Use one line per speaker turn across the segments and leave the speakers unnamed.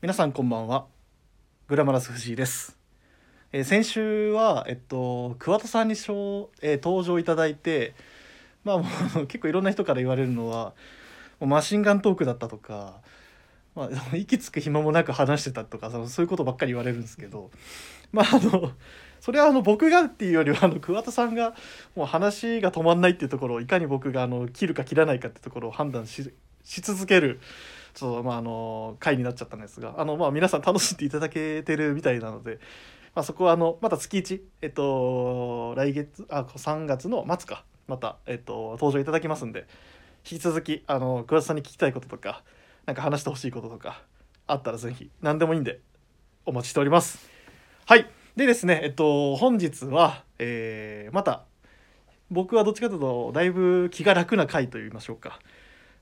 皆さんこんばんはグラマラス藤井です、えー先週はえっと桑田さんにしょう、えー登場いただいてまあもう 結構いろんな人から言われるのはもうマシンガントークだったとか、まあ、 息つく暇もなく話してたとかそのそういうことばっかり言われるんですけどまああのそれはあの僕がっていうよりはあの桑田さんがもう話が止まんないっていうところをいかに僕があの切るか切らないかってところを判断しし続けるちょっとまああの回になっちゃったんですがあのまあ皆さん楽しんでいただけてるみたいなので、まあ、そこはあのまた月1、えっと、来月あ3月の末かまた、えっと、登場いただきますんで引き続きあの桑田さんに聞きたいこととかなんか話してほしいこととかあったらぜひ何でもいいんでお待ちしております。はいでですねえっと本日は、えーまた僕はどっちかというとだいぶ気が楽な回といいましょうか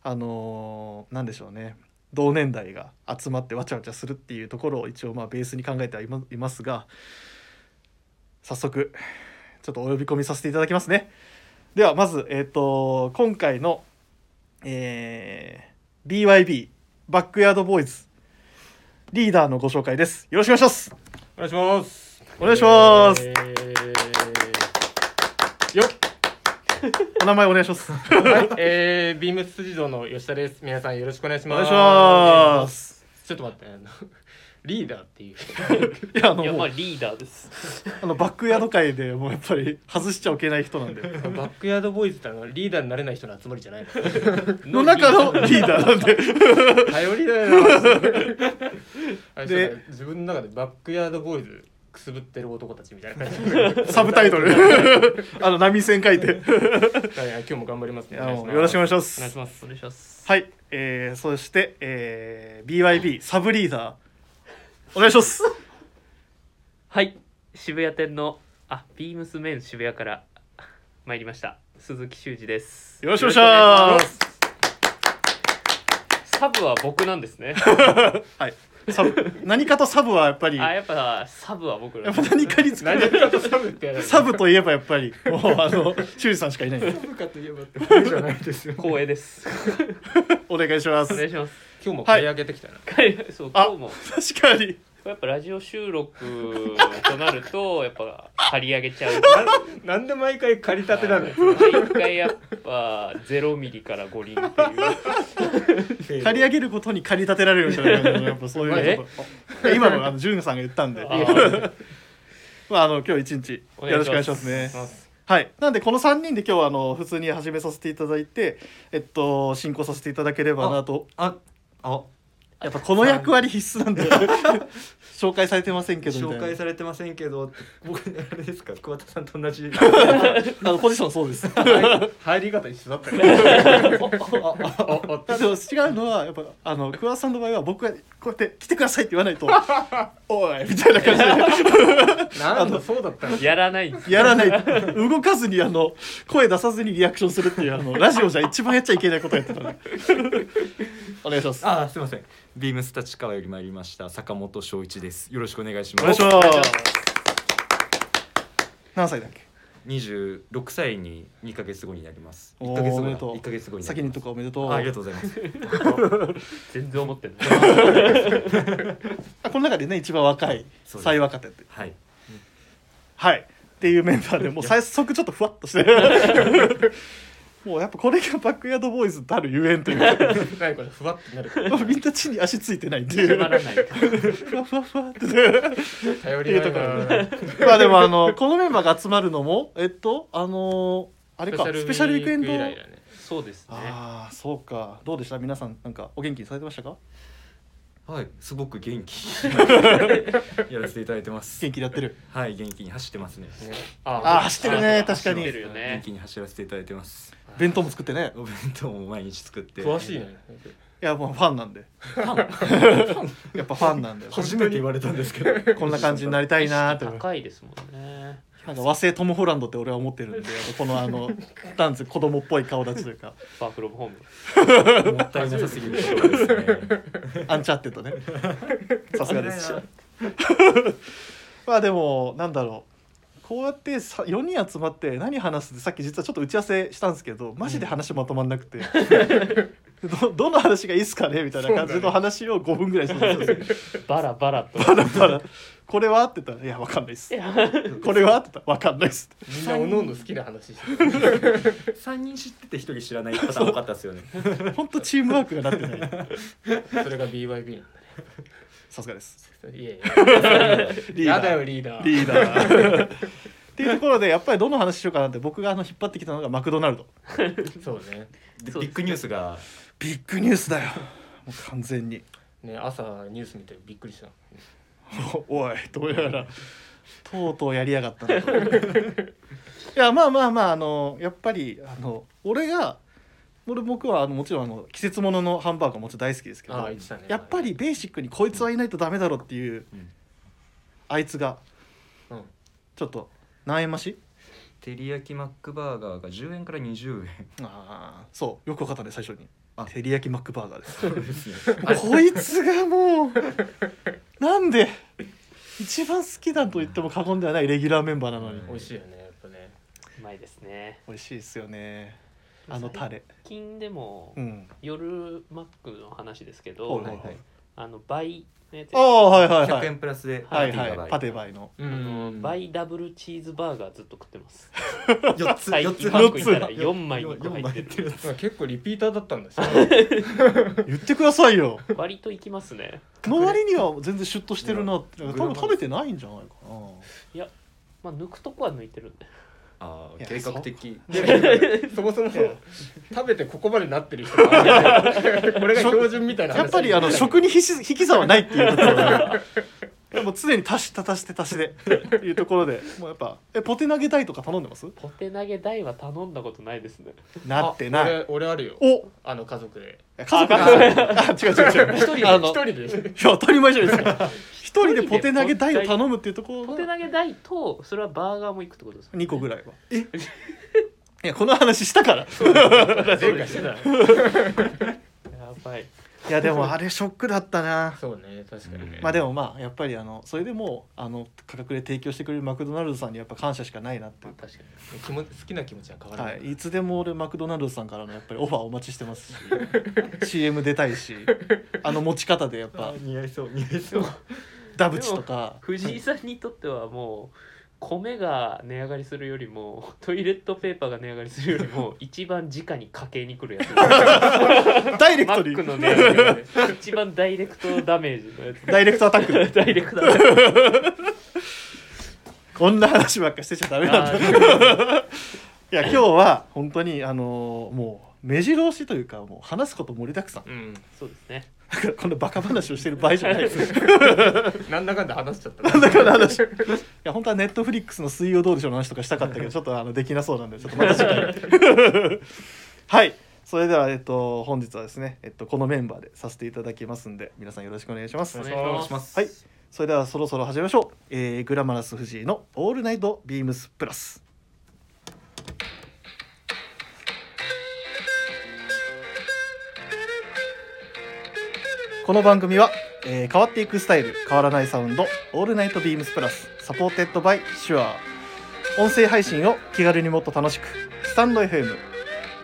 あのーなんでしょうね同年代が集まってわちゃわちゃするっていうところを一応まあベースに考えてはいまいますが早速ちょっとお呼び込みさせていただきますねではまずえっ、と今回のえー BYB バックヤードボーイズリーダーのご紹介ですよろしくお願いします
お願いします。
お願いします
えーよっ、
お名前お願いします
はい、えー、ビームス辻堂の吉田です。皆さんよろしくお願いし
お
ま
願い
す。
します
ちょっと待って、あの リーダーっていう。
い やあの
いや
も
まあ
う
リーダーです。
あのバックヤード界でもうやっぱり外しちゃいけない人なんで
バックヤードボーイズってあのリーダーになれない人の集まりじゃないの。
の中のリーダーなんで
頼りだ よな。あ
で
れそうだね自分の中でバックヤードボーイズくすぶってる男たちみたいな感じ。
サブタイトルあの波線書いて
はいはい今日も頑張ります
い
ね。
やもうよろしくお願いします
お願いします
お。願いします。
はい、えー、そして、えー、BYB サブリーダーお願いします
はい、渋谷店のあビームスメン渋谷から参りました鈴木修二です。
よろしくお願いします
す。サブは僕なんで すね。
はいサブ何かとサブはやっぱり
あ
や
やっぱサブは僕なん
っ
で
ぱ
す。
何かにつく
何かとサブってやら
サブといえばやっぱりもうあの修二さんしかいないんで
サブかといえばってことじゃないですよ。
光栄です。
お願いしま
お願
す
いします。
今日も買い上げてきたな。
そう
あ
今日も
確かに
やっぱラジオ収録となるとやっぱ張り上げちゃう。
なんで毎回借りたてなのよ。
一回やっぱゼロミリから五輪っていう。
借り上げることに駆り立てられるみたいな感じのやっぱそういうのちょっと今のあの潤さんが言ったんで
あー
まああの今日一日よろしくお願いしますねはいなんでこの3人で今日はあの普通に始めさせていただいてえっと進行させていただければなと
ああ
やっぱこの役割必須なん で紹介されてませんけどみたい
紹介
な
されてませんけど僕あれですか桑田さんと同じ
あのポジション そうですで
入り方一緒だったね。
も違うのはやっぱあの桑田さんの場合は僕がこうやって来てくださいって言わない とおいみたいな感じで
なんだそうだったの。
やらないんです。
やらない動かずにあの声出さずにリアクションするっていうあのラジオじゃ一番やっちゃいけないことやってた ねお願いします
あすいませんビームス立川より参りました坂本翔一ですよろしくお願いし
お願
ま
いし
す
ます何歳だっけ
26歳に2ヶ月後になります
おー
1ヶ月後
おめ
に
でとう
1ヶ月後にな
先
り
に
ま
と
す
かおめでとう
あありがとうございます
全然思ってない。
あこの中でね一番若い
そうです
最若手って
はい
はいっていうメンバーでもう早速ちょっとふわっとして もうやっぱこれがバックヤードボーイズたるゆえんという か
ないこれふわってなる。
みんな地に足ついてないっていう
閉 まらない。
ふわふわふわって
頼りないから。
まあでもあのこのメンバーが集まるのもえっとあのあれかスペシャルウィークエンド
以来だね。
そうですね。
ああそうかどうでした皆さんなんかお元気にされてましたか
はいすごく元気 やらせていただいてます
元気でやってる
はい元気に走ってますね
ああ
あ
ー走ってるね確か
走ってる
に
よ
元
ね。
気に走らせていただいてます
弁当も作ってね
お弁当も毎日作って
詳しいね。
いやもうファンなんでやっぱファン なんだよ
初めて言われたんですけど
こんな感じにな
り
りたいなーって
高いですもんね。
なんか和製トム・ホランドって俺は思ってる んであのこのあのなんつう子供っぽい顔立ちというか
バーフロムホーム。
もったいなさすぎる言葉ですね
アンチャーテッ ドねさすがですまあでもなんだろうこうやってさ4人集まって何話すってさっき実はちょっと打ち合わせしたんですけどマジで話まとまんなくて、 どどの話がいいっすかねみたいな感じの話を5分ぐらいしてたんですよ
バラバラと
だから「これは?」って言ったら「いやわかんないっす」「これは?」って言ったら「わかんないっす」
みんなおのおの好きな話してる
三人知ってて一人知らないパターン多かったですよね。
本当チームワークがなってない
それが BYB なんだ
さすがです
ねいやいや
リーダー
やだよリーダー
リーダー っていうところでやっぱりどの話しようかなって僕があの引っ張ってきたのがマクドナルド
そうね
で
そうですね
ビッグニュースが
ビッグニュースだよもう完全に
ね朝ニュース見てびっくりした
おおいどうやらとうとうやりやがったなといやまあまあまああのやっぱりあの俺が俺僕はあのもちろんあの季節物のハンバーガーもちろん大好きですけど
ああ言ってたね
やっぱりベーシックにこいつはいないとダメだろっていう
うん
あいつが
うん
ちょっと何円増し
照り焼きマックバーガーが10円から20円。
ああそうよく分かったね最初に
あ
照り焼きマックバーガー です
そう ですね。
こいつがもうなんで一番好きだと言っても過言ではないレギュラーメンバーなのに
うん
美味しいよねやっぱね
うまいですね
美味しいですよねあのタレ
最近でも、
うん
夜マックの話ですけど、
はいはいはい
あの倍のやつ
ああはいはいは
100
い
円プラスで
はい
パティ
はいパテバイの
う
あの
ん
倍ダブルチーズバーガーずっと食っ てます
4つ
最
4
近
つ
マ
四
ッ
つ四
ク行
つ
ったら4枚
四
肉
四
入
枚
って
入って
る
る
まあ結構リピーターだったんですよ
言ってください よ
割といきますね
の割には全然シュッとしてるなって
いや
多分食べてないんじゃないかな
まあ抜くとこは抜いてるんで
あ
い
あ
や
計画的
そもそも
いや
食べてここまでなってる人がこれが標準みたいな話
やっぱりあの食に引き引き算はないっていうところがもう常に足した足して足してっていうところでもうやっぱえポテ投げたいとか頼んでます
ポテ投げ台は頼んだことないですね
なってない
あ俺俺あるよ
お
あの家族で
家族があ違う違う違う
一人で
あ
一
の
人で
いや当たり前じゃないです か一人でポテ投げ台を
ポ
頼むっていうところ
テ
が
投げ台とそれはバーガーも行くってことですか
2個ぐらいはえ いやこの話したから
前回してた
やばい
いやでもあれショックだったな
そうね確かにね
まあでもまあやっぱりあのそれでもうあの価格で提供してくれるマクドナルドさんにやっぱ感謝しかないなっていう
確かに気持ち好きな気持ちは変わら
は
ない、
い、いつでも俺マクドナルドさんからのやっぱりオファーお待ちしてますし CM 出たいしあの持ち方でやっ
あ
ぱ
ー似合いそう似合いそう
ダブチとか
藤井さんにとってはもう米が値上がりするよりもトイレットペーパーが値上がりするよ りも一番直に家計に来るやつ
ダイレ
マ
クト
ックの
に
値上がりがね一番ダイレクトダメージのやつ
ダイレクトアタッ クで
ダイレクトダメージ
こんな話ばっかしてちゃダメなんだいや今日は本当にあのーもう目白押しというかもう話すこと盛りだくさん
うん
そうですね
だからこんなバカ話をしてる場合じゃないですい
なんだかんだ話しちゃったなんだか
や本当はネットフリックスの「水曜どうでしょう」の話とかしたかったけどちょっとあのできなそうなんでちょっとまた次回はいそれではえっと本日はですね、えっと、このメンバーでさせていただきますんで皆さんよろしくお願いします
お願いし
お願
ま
い
す
し
ます
はいそれではそろそろ始めましょう、えーグラマラス藤井の「オールナイトビームスプラス」この番組は、えー変わっていくスタイル変わらないサウンド「オールナイトビームスプラス」サポーテッドバイシュア音声配信を気軽にもっと楽しくスタンド FM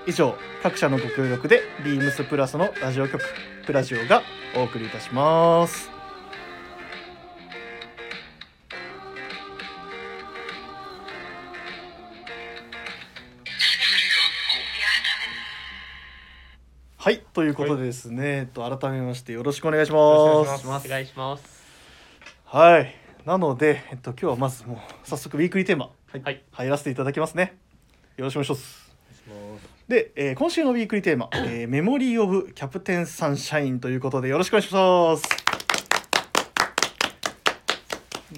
以上各社のご協力でビームスプラスのラジオ局プラジオがお送りいたしますはいということでですね、えっと改めましてよろしくお願いし
ろしくお願
ま
いしますす
お願いします
はい。なので、えっと、今日はまずもう早速ウィークリーテーマ、はい
はい
入らせていただきますね。よろしくお願いします。で、えー今週のウィークリーテーマ、えーメモリー・オブ・キャプテン・サンシャインということでよろしくお願いします。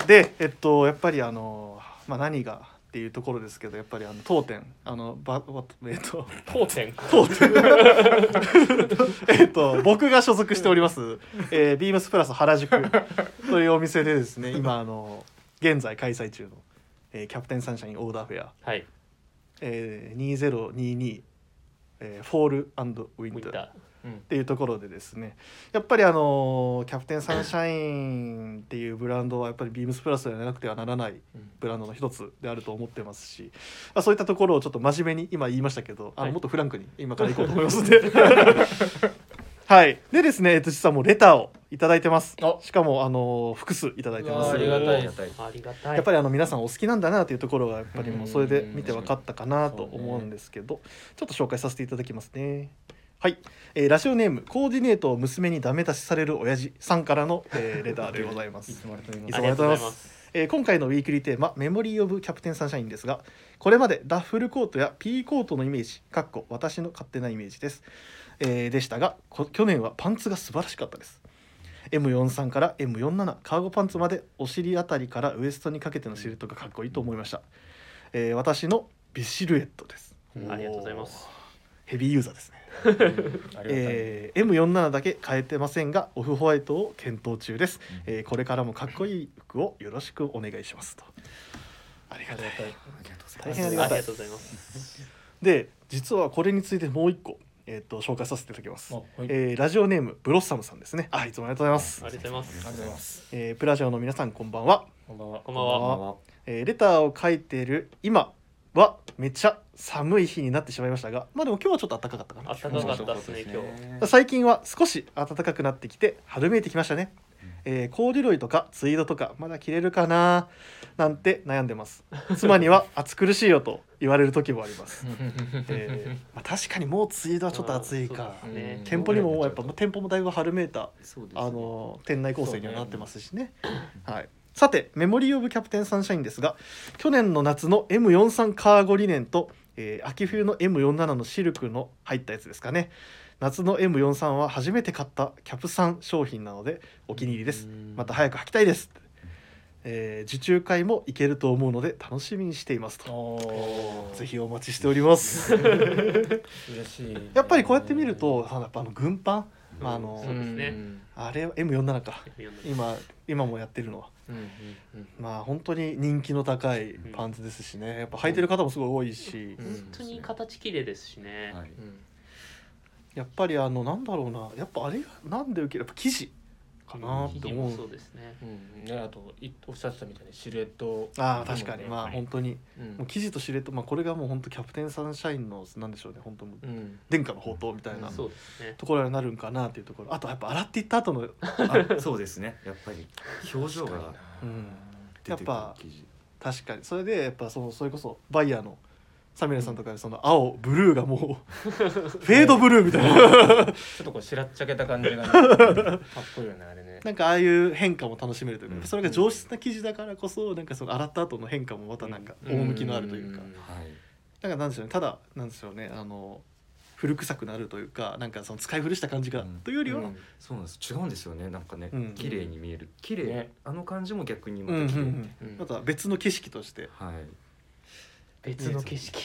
で、えっと、やっぱりあの、まあ、何がっていうところですけど、やっぱりあの当店、あの、ば、ばえっと、
当店
当店 えっと僕が所属しております、えー、ビームスプラス原宿というお店でですね今あの現在開催中の、えーキャプテンサンシャインオーダーフェア、
はい
えー、2022、えーフォールウィン
ウィン
ター
タ
うん
っていうところでですねやっぱりあのキャプテンサンシャインっていうブランドはやっぱりビームスプラスではなくてはならない
うん
ブランドの一つであると思ってますし、まあ、そういったところをちょっと真面目に今言いましたけど、あ
は
の
い
もっとフランクに今からいこうと思いますんで。 はい、でですね、えっと、実はもうレターをいただいてます
あ
しかもあの複数いただいてます
ありがたいです
あり
ありがたい
やっぱりあの皆さんお好きなんだなというところがやっぱりもうそれで見て分かったかなと
うん
思うんですけど、ちょっと紹介させていただきますね。はい、えーラジオネームコーディネートを娘にダメ出しされる親父さんからの、えーレターでございます。
いつもありがとうご
い
ざ
つ
あ
い
もあり
りが
が
と
と
う
うござ
ござい
い
ま
ますえー今回のウィークリーテーマ「メモリー・オブ・キャプテン・サンシャイン」ですがこれまでダッフルコートやピーコートのイメージかっこ私の勝手なイメージです、えーでしたがこ去年はパンツが素晴らしかったです M43 から M47 カーゴパンツまでお尻あたりからウエストにかけてのシルエットがかっこいいと思いました、えー私の美シルエットです
ありがとうございます
ヘビーユーザーですね
ありがたい
えー M47 だけ変えてませんがオフホワイトを検討中です、えーこれからもかっこいい服をよろしくお願いしますとありがたい
がとうござい
大
ま
変あり
あり
が
が
た
と
いう
ございます
で実はこれについてもう一個、えー、と紹介させていただきます
あ、、はい、ありが
えーラジオネームブロッサムさんですねあいつもありがとうございます、
ありがとうございます
とうございます
えープラジオの皆さんこんばんは、
こんばんは
こんばん
こんば
は
んえーレターを書いている今はめっちゃ寒い日になってしまいましたがまあでも今日はちょっと暖かかったかな
暖かかったですね今日
最近は少し暖かくなってきて春めいてきましたね、えーコーデュロイとかツイードとかまだ着れるかななんて悩んでます妻に は暑苦しいよと言われる時もあります、えーまあ、確かにもうツイードはちょっと暑いか
うんそうですね
店舗にもやっぱ店舗もだいぶ春めいた
そうですね
あの店内構成にはなってますしねはいさてメモリー・オブ・キャプテン・サンシャインですが去年の夏の M43 カーゴリネンと、えー秋冬の M47 のシルクの入ったやつですかね夏の M43 は初めて買ったキャプサン商品なのでお気に入りです
うん
また早く履きたいです、えー受注会も行けると思うので楽しみにしていますと
お
ぜひお待ちしております
嬉しいね
やっぱりこうやって見るとあのやっぱあの軍パン、まあ、あ
う
の
ん
そうですね
あれは M47 か
読んで
今今もやってるのは
うんうんうん
まあ本当に人気の高いパンツですしねやっぱ履いてる方もすごい多いし、
うん
本当に形綺麗ですしね、
はい
うん
やっぱりあのなんだろうなやっぱあれがなんで受けるやっぱ生地かなっ
生
て
地
思
も
う
そうですね
うんね、あといおっしゃってたみたいにシルエット
ああ確かに
うん
まあ本当に
うん
もう生地とシルエット、まあ、これがもう本当キャプテンサンシャインのなんでしょうね本当もう
うん
殿下の宝刀みたいな
うん
そうですね
ところになるんかなっていうところあとやっぱ洗っていった後の、
あそうですねやっぱり表情が
うん、
出てくる生地
確かにそれでやっぱそのそれこそバイヤーのサミュエルさんとかでその青ブルーがも うフェードブルーみたいな
ちょっとこうしらっちゃけた感じ がねかっこいいよねあれね
なんかああいう変化も楽しめるというか、
うん
それが上質な生地だからこそなんかその洗った後の変化もまたなんか趣のあるというか、
ん
はい
なんかなんでしょうねただなんでしょうねあの古臭くなるというかなんかその使い古した感じが、
うん
というよりは、
うん
そうなんです違うんですよねなんかね
うん
綺麗に見える綺麗
ね
あの感じも逆に
う
ま
んうんう
た綺麗
んまた別の景色として
はい
別の景色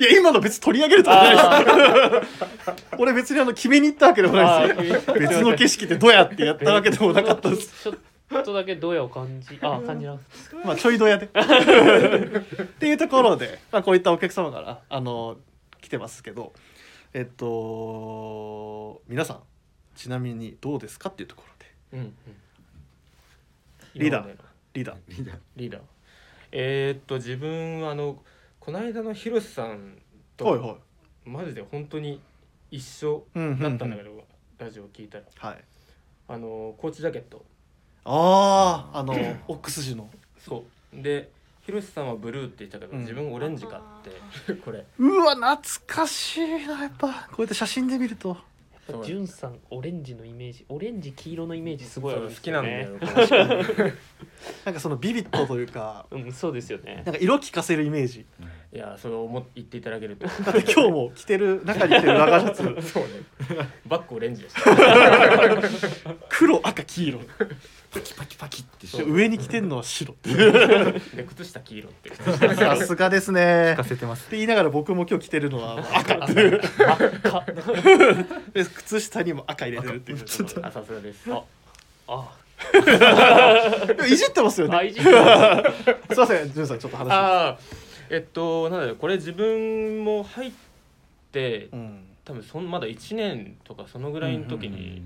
いや今の別に取り上げるとかじゃない です俺別にあの決めに行ったわけでもないですよ別の景色ってどうやってやったわけでもなかったです
ちょちょっとだけドヤを感じあ感じなかった
まあちょいどやでっていうところで、まあ、こういったお客様からあの来てますけどえっと皆さんちなみにどうですかっていうところで
うんうん
リーダーリーダー
リーダー
リーダーえーっと自分あのこの間のヒロシさんと、
はいはい
マジで本当に一緒
うんうんうん
だったんだけど、ラジオ聞いたら
はい
あのコーチジャケット
あああの オックス時の
そうでヒロシさんはブルーって言ってたけど、
うん
自分オレンジ買って これ
うわ懐かしいなやっぱこうやって写真で見ると
そう
ジュンさんオレンジのイメージオレンジ黄色のイメージすごいあ
そ
る
う
んで
好
す
きな
よ
んだ
ね
よこれ
なんかそのビビットというか
うんそうですよね
なんか色聞かせるイメージ
いやそれを思っ言っていただけると
だって今日も着てる中に着てる長シャツ
そうねバックオレンジでした
黒赤黄 色
パキパキパキって
で
して
上に着てんのは白
で靴下黄色って
さすがですね
かせてます
って言いながら僕も今日着てるの は赤っていうで靴下にも赤入れてるっていう
ちょっと
あさすがですあ
あ
でもいじってますよね
愛人あ
すいませんじゅんさんちょっと話
あーえっとなんだろうこれ自分も入って
うん
多分そんまだ1年とかそのぐらいの時に、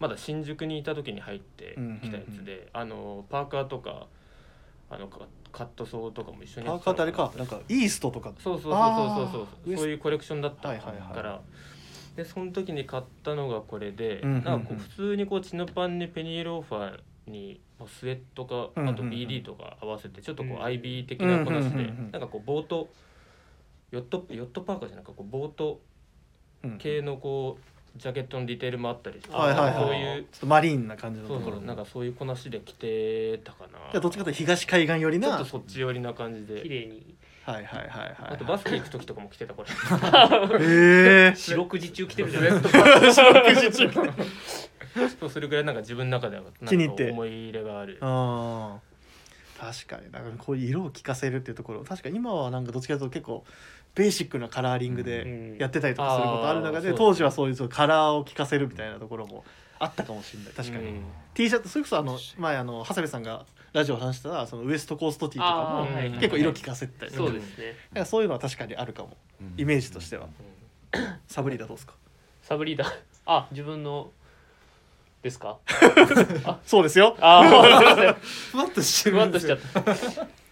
まだ新宿にいた時に入ってきたやつで、あのパーカーとかあのカカットソーとかも一緒に
パー
やって
カー
た
ってあれ
の
かなんかイーストとか
そうそうそう
あー
そう
ウエ
そう
ス
そういうコレクションだったから、
はいはい
でその時に買ったのがこれで、
うんうんうん
なんかこう普通にこうチノパンにペニーローファーにもうスウェットか
うんうんうん
あと BD とか合わせてちょっとこ
うん
う IB 的な形
うんうんう
で
んうん
なんかこうボートヨットヨットパーカーじゃなくてこうボート
うん
系のこうジャケットのディテールもあったりして、
はいはいはい
そういう
ちょっとマリーンな感じの
そ
と
う
こ
そ
ろ
う
じ
なんかそういうこなしで着てたか
ゃあ
な
どっちかというと東海岸寄り
ちょっ
な
とそっち寄りな感じ
綺
で
麗 に
はいはいはいはい
あとバスケ行く時とかも着てたこれ
ええ
四六時中来てるじゃない
レッ
です
ド
か
パーカー
ー
そうそれぐらいなんか自分の中ではなんか
気に入って
思い入れがある
あー確かになんかこういう色を効かせるっていうところ確かに今はなんかどっちかというと結構ベーシックなカラーリング
う
で
ん
やってたりとかすることある中で、
あーそうですね
当時はそういうちょっとカラーを効かせるみたいなところもあったかもしれない確かに、
うん
T シャツそれこそあの前あの長谷部さんがラジオを話してたそのウエストコーストティーと
あ
か
ーはい
も結構色効かせてたりとか
そうですね
なんかそういうのは確かにあるかもイメージとしては
うん
サブリーダどうですか
サブリーダ ーあ自分のですか
そうですよ
ああ
ふわっとして
ふ
る
わ
ん
っと
です
し
よ
ちゃっ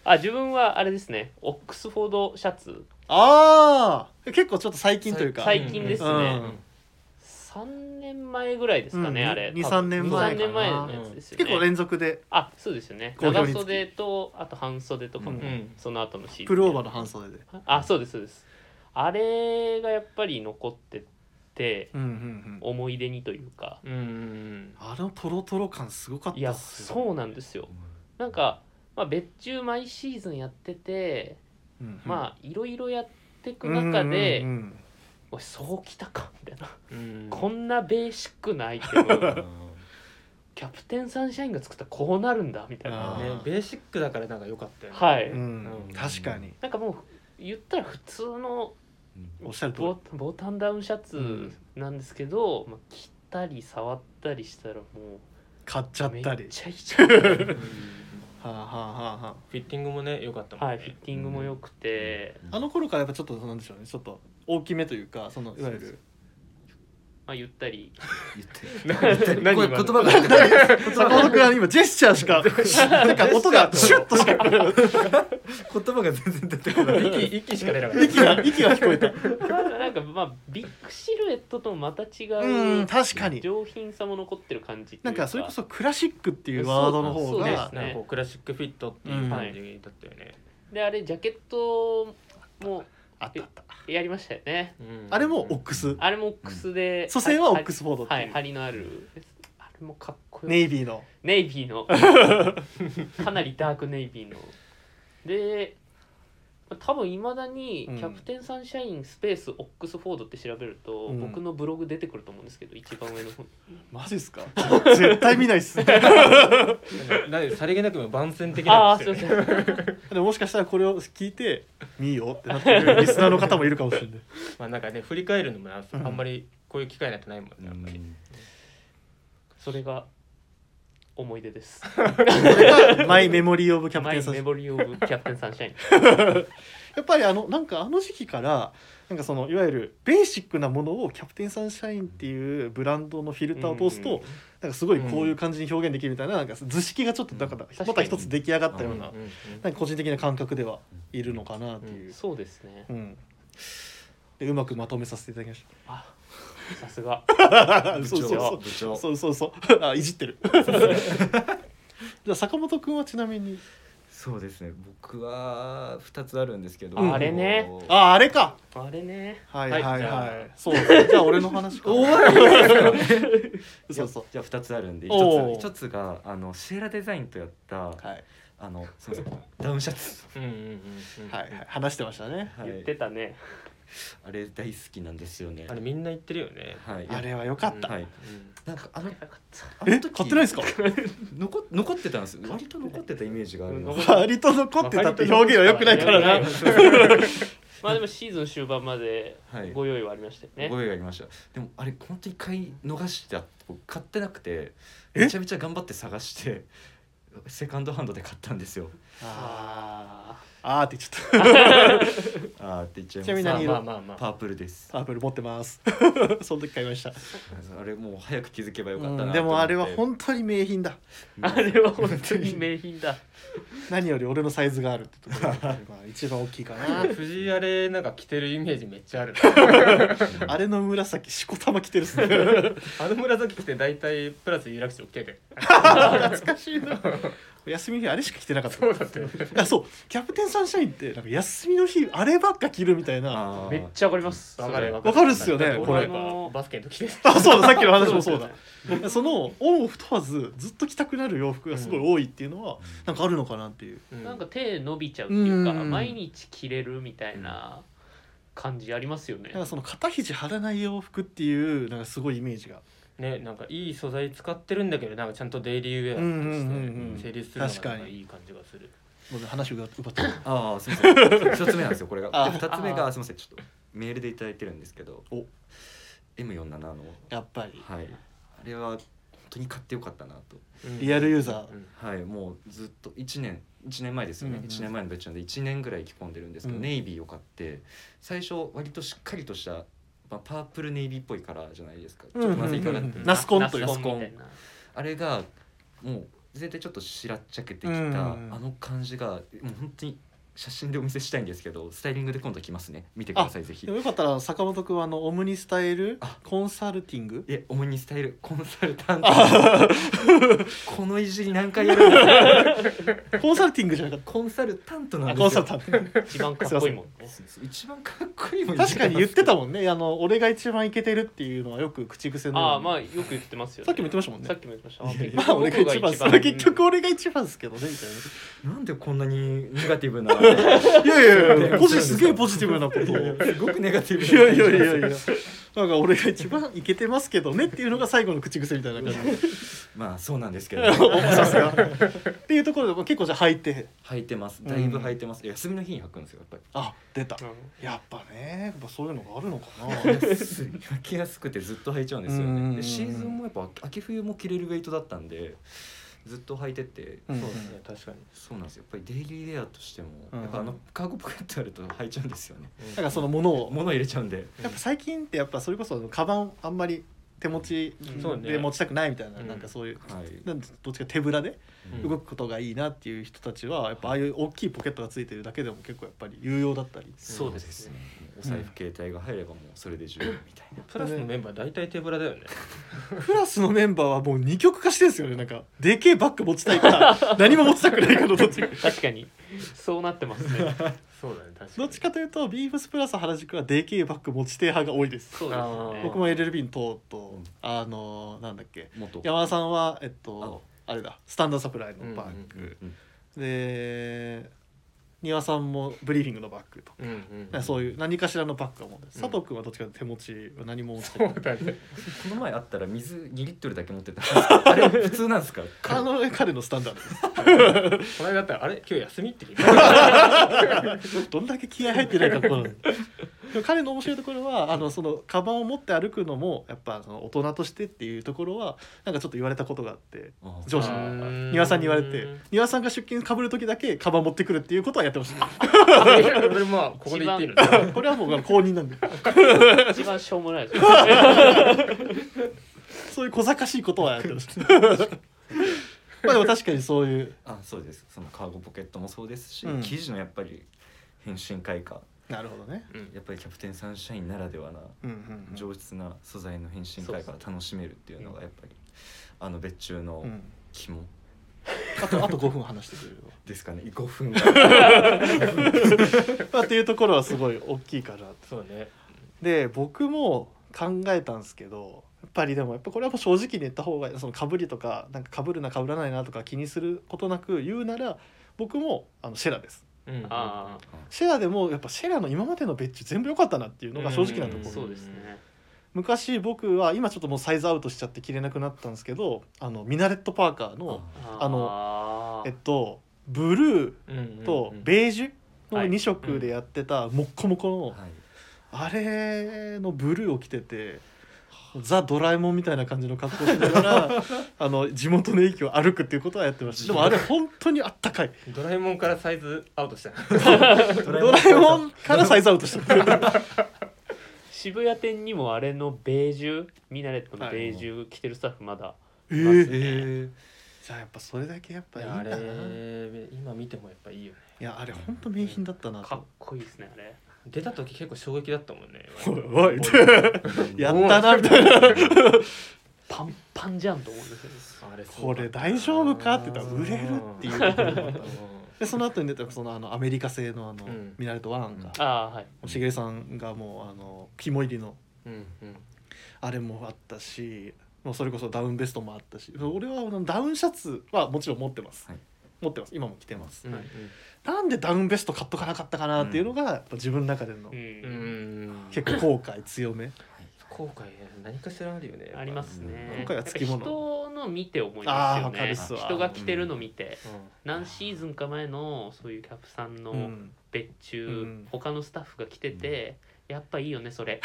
たあ自分はあれですねオックスフォードシャツ
ああ結構ちょっと最近というか
最近ですね、
うん
3年前ぐらいですかね、
うん
あれ
に
多分
3年
2
前
3年前のやつですよね
結構連続で
あそうですよね
好評に
長
つき
袖とあと半袖とかも、
うん
その後のシーズン
プルオーバーの半袖で
あそうですそうですあれがやっぱり残ってて
うんうんうん
思い出にというか
うんうん
あのトロトロ感すごかった
いや
っすよ
そうなんですよなんか、まあ、別注毎シーズンやってて、
うんうん
まあいろいろやってく中で、
うんうんうん
おいそうきたかみたいな、
うん
こんなベーシックなアイテム キャプテンサンシャインが作ったらこうなるんだみたいな
あ
ね
ねベーシックだからなんか良かったよね
はい、
うん確かに
なんかもう言ったら普通の
おっしゃる通り
ボボタンダウンシャツなんですけど、まあ、着たり触ったりしたらも
買っちゃ
う
っ
め
たり
っちゃいい じゃん
うんフ
はあはあはあはあ
ィッティングもね良かったもん
はい
ね
フィッティングも良くて、
あの頃からやっぱちょっとなんでしょうねちょっと大きめというかそのいわゆる
まあゆったり
言って
言って
これ言葉が
坂本君は 今ジェスチャーしかなんか音がシュッとしか
言葉が全然出てこない
息息しか出なかった
息 が息が聞こえた
なんかなんかまあビッグシルエットともまた違
うん
う
確かに
上品さも残ってる感じって
ないん
う
かそれこそクラシックっていうワードの方
そう
が
です
なんかこうクラシックフィットっていう感じだったよね
であれジャケットも
あったあった
やりましたよね
うん
あれもオックス
あれもオックスで
蘇生はオックスフォードって
はいいう針のあるあれもかっこよ
ネイビーの
ネイビー のかなりダークネイビーので多分いまだに
うん
「キャプテンサンシャインスペースオックスフォード」って調べると、
うん
僕のブログ出てくると思うんですけど一番上 の方
マジっすか絶対見ないっす ね
なんかなんでさりげなくも番宣的
あ
な
あ
ん
す
で
いますせ
よ
ん
ね
でもしかしたらこれを聞いて「見よ」ってなってるリスナーの方もいるかもしれない
まあなんかね振り返るのもな
うん
あんまりこういう機会なんてないもんねあんまり
それが思い出です
これ がマイメモリー・オ ブ・キャプ
マ
テン
イ
サンシャイ
メ
ン
モリー・オブ・キャプテン・サンシャイン
やっぱりあのなんかあの時期からなんかそのいわゆるベーシックなものをキャプテンサンシャインっていうブランドのフィルターを通す
うん
となんかすごいこういう感じに表現できるみたいななんか図式がちょっとだから
確かに
また一つ出来上がったよう
うん
な
うんうん
なんか個人的な感覚ではいるのかなっていう、
そうですね
うん、でうまくまとめさせていただきまし
あさすが
た
部
そうそう
長
そ
部
う
長
そうそうそうあいじってる じゃあ坂本君はちなみに
そうですね僕は二つあるんですけど
あれね
ああれか
あれね
はいはいはい、
じゃ
そうそうじゃあ俺の話かそうそう
じゃあ二つあるんで
おー
一つ一つがあのシエラデザインとやった
はい
あのすみませんダウンシャツ
うんうんうんうん
はいはい話してましたね
は
言っ
い
てたね、
あれ大好きなんですよね
あれみんな言ってるよね
はい
あれは良かった、
はい
うん
なんかあの
よかった
あ
え買っ
の時
てないですか
残残ってたんですよ割と残ってたイメージがあります
割と残ってたって表現は良くないからな、
まあでもシーズン終盤まで
はい
ご用意はありましたよね、
ご用意ありましたでもあれ本当に買い逃した僕買ってなくて
え
めちゃ めちゃ頑張って探してセカンドハンドで買ったんですよ
あ
ああ
あーって言っちゃっ
あーって言っちゃい
ちなみに
ま
何色
まあまあまあ
す
ま
パ
あ
ープルです
たパープル持ってます その時買いました
あれもう早く気づけばよかったなと思
う
っ
ん
て
でもあれは本当に名品だ
あれは本当に名 品だ
何より俺のサイズがあるってところがまあ一番大きいかな
藤井あれなんか着てるイメージめっちゃある
あれの紫しこたま着てるっすね
あの紫着て大体プラス有楽町来て
懐かしいな休みの日あれしか着てなかった
そうだって
あそうキャプテンサンシャインってなんか休みの日あればっか着るみたいな
あー
めっちゃわかります
わかるわ
わかるっすよね
だって
これ
俺はバスケの時です
あ そうださっきの話もそうだそのオンオフ問わずずっと着たくなる洋服がすごい多いっていうのは、なんかあるのかなっていう
なんか手伸びちゃうっていうか
うん
毎日着れるみたいな感じありますよね
なんかその肩肘張らない洋服っていうなんかすごいイメージが
ねなんかいい素材使ってるんだけどなんかちゃんとデイリーウ
うんうんうんうん
ェアとして成立するの
確
が
か
な
に
んかいい感じがする
もうね話を奪奪った
ああすみません一つ目なんですよこれが
あ
で二つ目
あ
がすみませんちょっとメールでいただいてるんですけど
お
M47 の
やっぱり
はいあれは本当に買ってよかったなと
リアルユーザ
うん
はいもうずっと1年1年前ですよね、
うんうん
1年前のベッチなんで1年ぐらい着込んでるんですけど、
うん
ネイビーを買って最初割としっかりとした、まあ、パープルネイビーっぽいカラーじゃないですか、
うん
ち
うん
ょっ
うん
とまずいかがって、
ナスコンという
ナスコンみたいな
あれがもう全体ちょっとしらっちゃけてきた、
うんうん
あの感じがもう本当に写真でお見せしたいんですけどスタイリングで今度来ますね見てくださいぜひ
でもよかったら坂本君はあのオムニスタイル
あ
コンサルティング
え、主にスタイルコンサルタント このいじり何回やるんだ
コンサルティングじゃなかっ
コンサルタント
た
な
あ
ん
コ
で
ン
す
サ
よ
ルタント
一番かっこいいもんね
一番かっこいいもん
確かに言ってた
もん
もんねあの俺が一番イケてるっていうのはよく口癖のように
ああまあよく言ってますよね
さっきも言ってましたもんね
さっきも言ってましたあ
いやまあ俺が一番それ結局俺が一番ですけどねみたいな
なんでこんなにネガティブ な
いやいやいや、ポ
ポ
ジ
ジ
す
す
げ
げ
え
え
ポ
ポ
ジティブなことを。い
すごくネガティブ
やいやいやいや。なんか俺が一番イケてますけどねっていうのが最後の口癖みたいな感じ。
まあそうなんですけど
おさすが。っていうところでも結構じゃあ履いて、
履いてますだいぶ履いてます、休みの日に履くんですよやっぱり
あ、出た
う。ん
やっぱね、やっぱそういうのがあるのかな。
履きやすくてずっと履いちゃうんですよ
うんうんうん
ねでシーズンもやっぱ秋冬も着れるウェイトだったんでずっと履いてて
うん
そうですね確かに
そうなんですよやっぱりデイリーウェアとしても、
うん
やっぱあのカーゴポケットあると履いちゃうんですよね
だからそのものを、
物入れちゃうんで
やっぱ最近ってやっぱそれこそあのカバンあんまり手持ち
そうね
で持ちたくないみたいな、
うん
なんかそういう。
はい
なんかどっちか手ぶらで
うん
動くことがいいなっていう人たちはやっぱああいう大きいポケットがついてるだけでも結構やっぱり有用だったり
そうですね
お財布携帯が入ればもうそれで十分みたいな
プラスのメンバー大体手ぶらだよね
クラスのメンバーはもう二極化してるんですよねなんかでけえバッグ持ちたい から何も持ちたくないからどっちか
確かにそうなってますね
そうだね確か
ど
に
っちかというとビームスプラス原宿はでけえバッグ持ち手派が多いです
そうですよね
僕も LLB のとうと
うん
あのーなんだっけ
もっと
山田さんはえっとあれだスタンダーサプライのバッ
う
グ
んうん
で丹羽さんもブリーフィングのバッグと
うんう
か
ん
そういう何かしらのバッグを持ってる佐藤君はどっちかというと手持ちは何も持ちたくない
だね
この前あったら水2リットルだけ持ってたんですけどあれ普通なんですか
あの彼のスタンダ ードです
この間だったらあれ今日休みって聞いた
どんだけ気合入ってないかこのでも彼の面白いところはあのそのカバンを持って歩くのもやっぱその大人としてっていうところはなんかちょっと言われたこと があって
あ
上司
あ
に
ー
丹羽さんに言われて丹羽さんが出勤かぶる時だけカバン持ってくるっていうことはやってほしい
俺まあここで言ってるんだ
これはもう公認なんで
一番しょうもないです
そういう小賢しいことはやってほしい まあでも確かにそういう
あそうですそのカーゴポケットもそうですし、
うん
生地のやっぱり変身開花
なるほどね
うん
やっぱりキャプテンサンシャインならではな
うんうんうん
上質な素材の変身開花が楽しめるっていうのがやっぱりあの別注の
うん
肝
あとあと5分話してくれる
ですかね5分 間
まあっていうところはすごい大きいかな
そうね
で僕も考えたんですけどやっぱりでもやっぱこれはもう正直に言った方がそのかぶりとかなんか被るな被らないなとか気にすることなく言うなら僕もあのシェラです
うん
あ
シェラでもやっぱシェラの今までの別注全部良かったなっていうのが正直なと
あ
こ
そ
ろ
うですね
昔僕は今ちょっともうサイズアウトしちゃって着れなくなったんですけどあのミナレットパーカーのあの
の
えっとブル
うんうん
ーとベージュの
はい
2色でやってたもっこもこの
はい
あれのブルーを着ててザ・ドラえもんみたいな感じの格好をしながらあの地元の駅を歩くっていうことはやってましたでもあれ本当にあったかい
ドラえもんからサイズアウトしたな
ドラえもんからサイズアウトした
渋谷店にもあれのベージュミナレットのベージュ着てるスタッフまだ、
ええ
ますね
え
じゃあやっぱそれだけやっぱ
い
いいん
やあ
だ
れ
な。い
今見てもやっぱいいよね
やあれ本当名品だったなと
かっこいいですねあれ
出た時結構衝撃だったもんね
おい おいやったなみたいな
パンパンじゃんと思うんですよね
あれそう
こ
だ
れ大丈夫かって言ったら売れるっていうところだった
う
でその後に出たそのあのアメリカ製のあの、
うん
ミナレットワンが、
ああはい
しげるさんがもうあの肝入りの
んうんうん
あれもあったしもうそれこそダウンベストもあったし俺はあのダウンシャツはもちろん持ってます、
はい
持ってます今も着てます、
うん
なんでダウンベスト買っとかなかったかなっていうのが、やっぱ自分の中での
うん
うん、
うん
結構後悔強め、
後悔何かしらあるよねやっぱ
ありますね
今回はつきもの
人の見て思い
あ
ま
ーわ
すよ
かるっ
ね
すわ
人が着てるの見て、
うん
何シーズンか前のそういうキャップさん
う
の
ん
別注、
うん
他のスタッフが着てて、やっぱいいよねそれ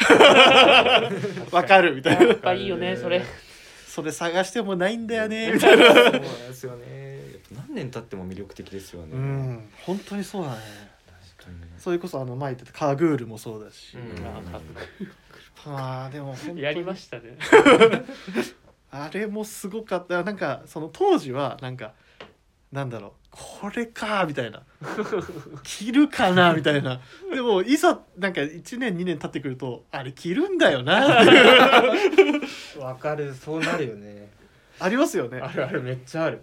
わかるみたい
や
な
っぱいいよねそれ
それ探してもないんだよねみたい
そう
な
なんですよねやっぱ何年経っても魅力的ですよね、
うん本当にそうだね
確かに
それこそあの前言ってたカーグールもそうだし、
うん
あーかっ
まあでも本当に
やりましたね
あれもすごかったなんかその当時はなんかなんだろうこれかみた いな着るかなみたいなでもいざなんか1年2年経ってくるとあれ着るんだよな っていう
わかるそうな るよね
ありますよね
あるあるめっちゃある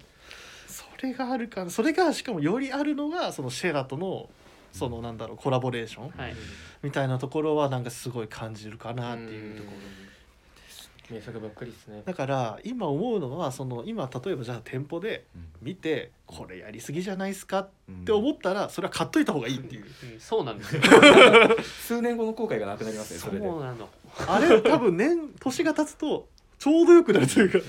それがあるかそれがしかもよりあるのがそのシェラとのそのなんだろうコラボレーション
はい
みたいなところはなんかすごい感じるかなっていうところ
ろ名作ばっかりですね
だから今思うのはその今例えばじゃあ店舗で見てこれやりすぎじゃないですかっ
うん
て思ったらそれは買っといた方がいいっていう
うんそうなんですよ
数年後の後悔がなくなりますねそれで
そうなの
あれ多分年年が経つとちょうどよくなるという か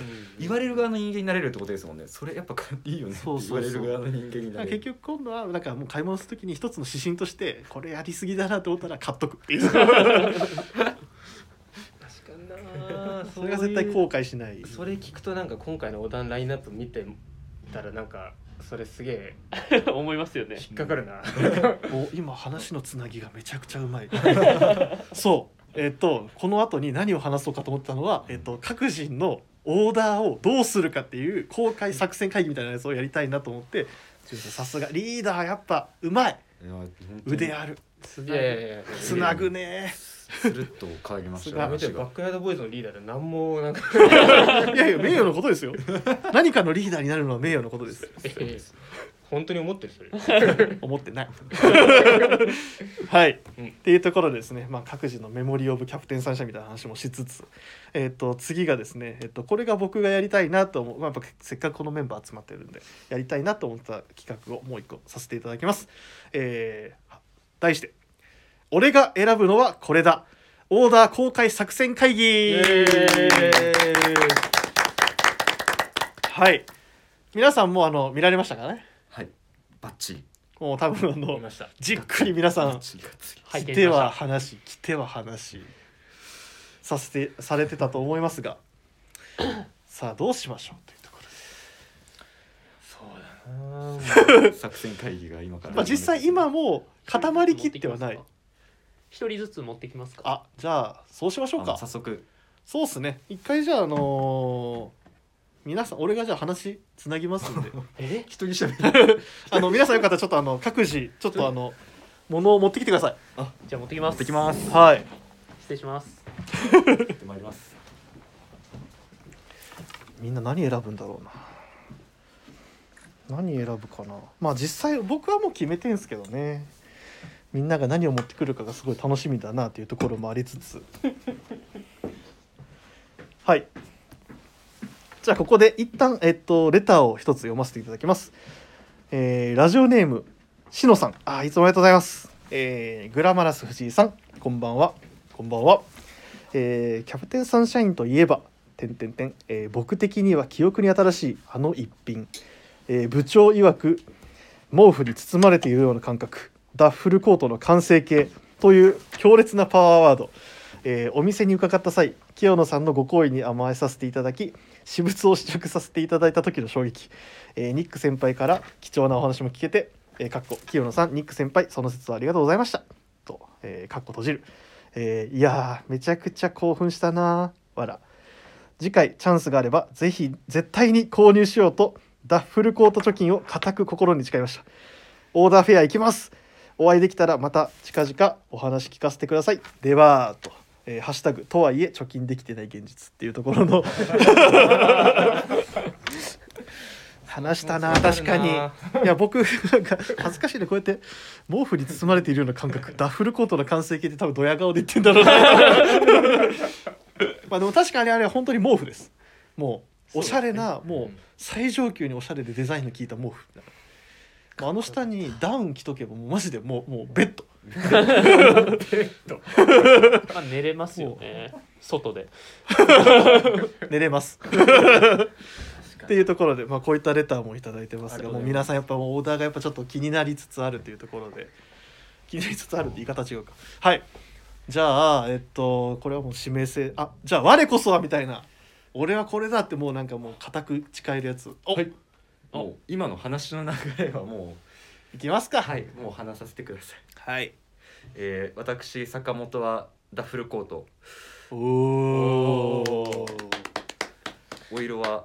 言われる側の人間になれるってことですもんねそれやっぱいいよねって
そうそうそう
言われる側の人間になれる
結局今度はなんかもう買い物する時に一つの指針としてこれやりすぎだなと思ったら買っとくっていう
確かにな
それが絶対後悔しない
それ聞くとなんか今回のお団ラインナップ見てたらなんかそれすげえ
思いますよね
引っかかるな
お今話のつなぎがめちゃくちゃう まいそうえっとこの後に何を話そうかと思ったのは、えっと、各人のオーダーをどうするかっていう公開作戦会議みたいなやつをやりたいなと思ってちょっとさすがリーダーやっぱうまい
いや本当に
腕ある
つ
い
なぐ
やいやいや
つなぐね
スルッと変わりまし
す
た
ごい
やめ
ね
て
話
よバ
が
ックヤードボーイズのリーダーで何もなんか
いやいや名誉のことですよ何かのリーダーになるのは名誉のことです
本当に思ってるそれ
思って ないはい、
うん
っていうところですね、まあ、各自のメモリー・オブ・キャプテン三者みたいな話もしつつ、えっと次がですね、えっとこれが僕がやりたいなと思う、まあ、やっぱせっかくこのメンバー集まってるんでやりたいなと思った企画をもう一個させていただきます。えー題して「俺が選ぶのはこれだオーダー公開作戦会議」はい皆さんもうあの見られましたかね
はいバッチリ
もう多分あ
思い
の
ました
じっくり皆さ
バッ
ん
チリがつい
拝
来
見
て
しました
は話来ては話させてされてたと思いますが さあどうしましょうというところです
そうだな
作戦会議が今から
まあ、実際今もう固まりきってはない
一人ずつ持ってきますか
あじゃあそうしましょう
あ
か
早速
そうっすね一回じゃああのー皆さん俺がじゃあ話つなぎます んで
え
一人喋り
あの皆さんよかったらちょっとあの各自ちょっとあの物を持ってきてくださ
じゃあ持ってきます
ってきます
いはい
失礼します
やってまいります
みんな何選ぶんだろうな何選ぶかなまあ実際僕はもう決めてんすけどねみんなが何を持ってくるかがすごい楽しみだなというところもありつつ はいじゃあここで一旦えっとレターを一つ読ませていただきますえーラジオネームしのさんあーいつもありがとうございますえーグラマラス藤井さんこんばんはこんばんはえーキャプテンサンシャインといえば点点点えー僕的には記憶に新しいあの一品、えー部長曰く毛布に包まれているような感覚ダッフルコートの完成形という強烈なパワーワード、えーお店に伺った際清野さんのご好意に甘えさせていただき私物を試食させていただいた時の衝撃、えーニック先輩から貴重なお話も聞けて、えー、かっこ清野さんニック先輩その説はありがとうございましたと、えー、かっこ閉じる、えーいやーめちゃくちゃ興奮したなーわら次回チャンスがあればぜひ絶対に購入しようとダッフルコート貯金を固く心に誓いましたオーダーフェア行きますお会いできたらまた近々お話聞かせてくださいではと、えーハッシュタグとはいえ貯金できてない現実っていうところの話したな確かにいや僕なんか恥ずかしいねこうやって毛布に包まれているような感覚ダッフルコートの完成形で多分ドヤ顔で言ってんだろうな まあでも確かにあれは本当に毛布ですもうおしゃれなもう最上級におしゃれでデザインの効いた毛布まああの下にダウン着とけばもうマジでもうもうベッド
まあ寝れますよね外で
寝れます っていうところで、まあ、こういったレターもいただいてます
あり
が
が
も
とうご
う
ざい
皆
ます
さんやっぱもうオーダーがやっぱちょっと気になりつつあるというところで気になりつつあるって言い方違うかはいじゃあえっとこれはもう指名制あじゃあ我こそはみたいな俺はこれだってもうなんかもう固く誓えるやつお、
はいもう今の話の流れはも
いきますか
うはいもう話させてください、
はい
えー、私坂本はダッフルコート
おお
お
お色は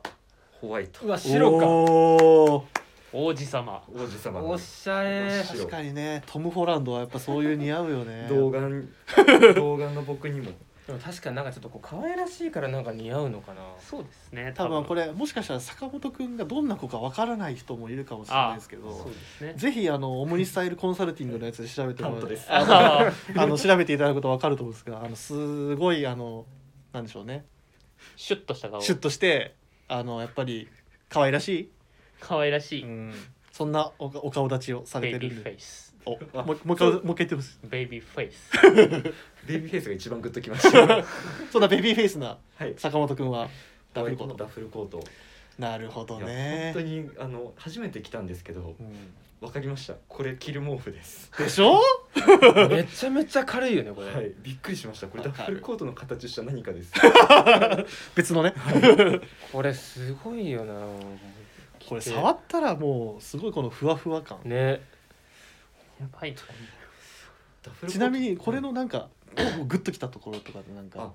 ホワイト
うわ白か
お
王子様
王子様
お
の
しゃれ
ー確かにねトム・ホランドはやっぱそういう似合うよね
童顔童顔の僕にも
でも確かになんかちょっとこう可愛らしいからなんか似合うのかな
そうですね
多分これもしかしたら坂本くんがどんな子かわからない人もいるかもしれ
あ
な
あ
いですけ
そう
ど
ですね
ぜひあのオムニスタイルコンサルティングのやつで調べてもら
担当
う
です
あ
あの調べていただくとわかると思うんですがあのすごいあのなんでしょうね
ー シュッとした顔
シュッとしてあのやっぱり可愛らし
可愛らし
い、
い
うん、そんなおお顔立ちをされ
ベ
て
イ
る
ビー
ん
フェ
で
イス
おもうもう一回もう一回言ってほしい
ベイビーフェイス
ベイビーフェイスが一番グッとき ましたは
そんなベビーフェイスない坂本くんはダ
ダ
ブ
ブ
ルコー
ルコー
ト
トダッフルコート
なるほど
いや
ね
本当にあの初めて来たんですけど
うん
わかりましたこれ着る毛布です
でしょ
めちゃめちゃ軽いよねこれ、
はいびっくりしましたこれ
わか
ダ
る
ッフルコートの形した何かです
別のね
これすごいよな
これ触ったらもうすごいこのふわふわ感
ね
やばい
ダッフルコー ト
ちなみにこれ
う
の
ん
なんか、グッときたところとかでなん
あ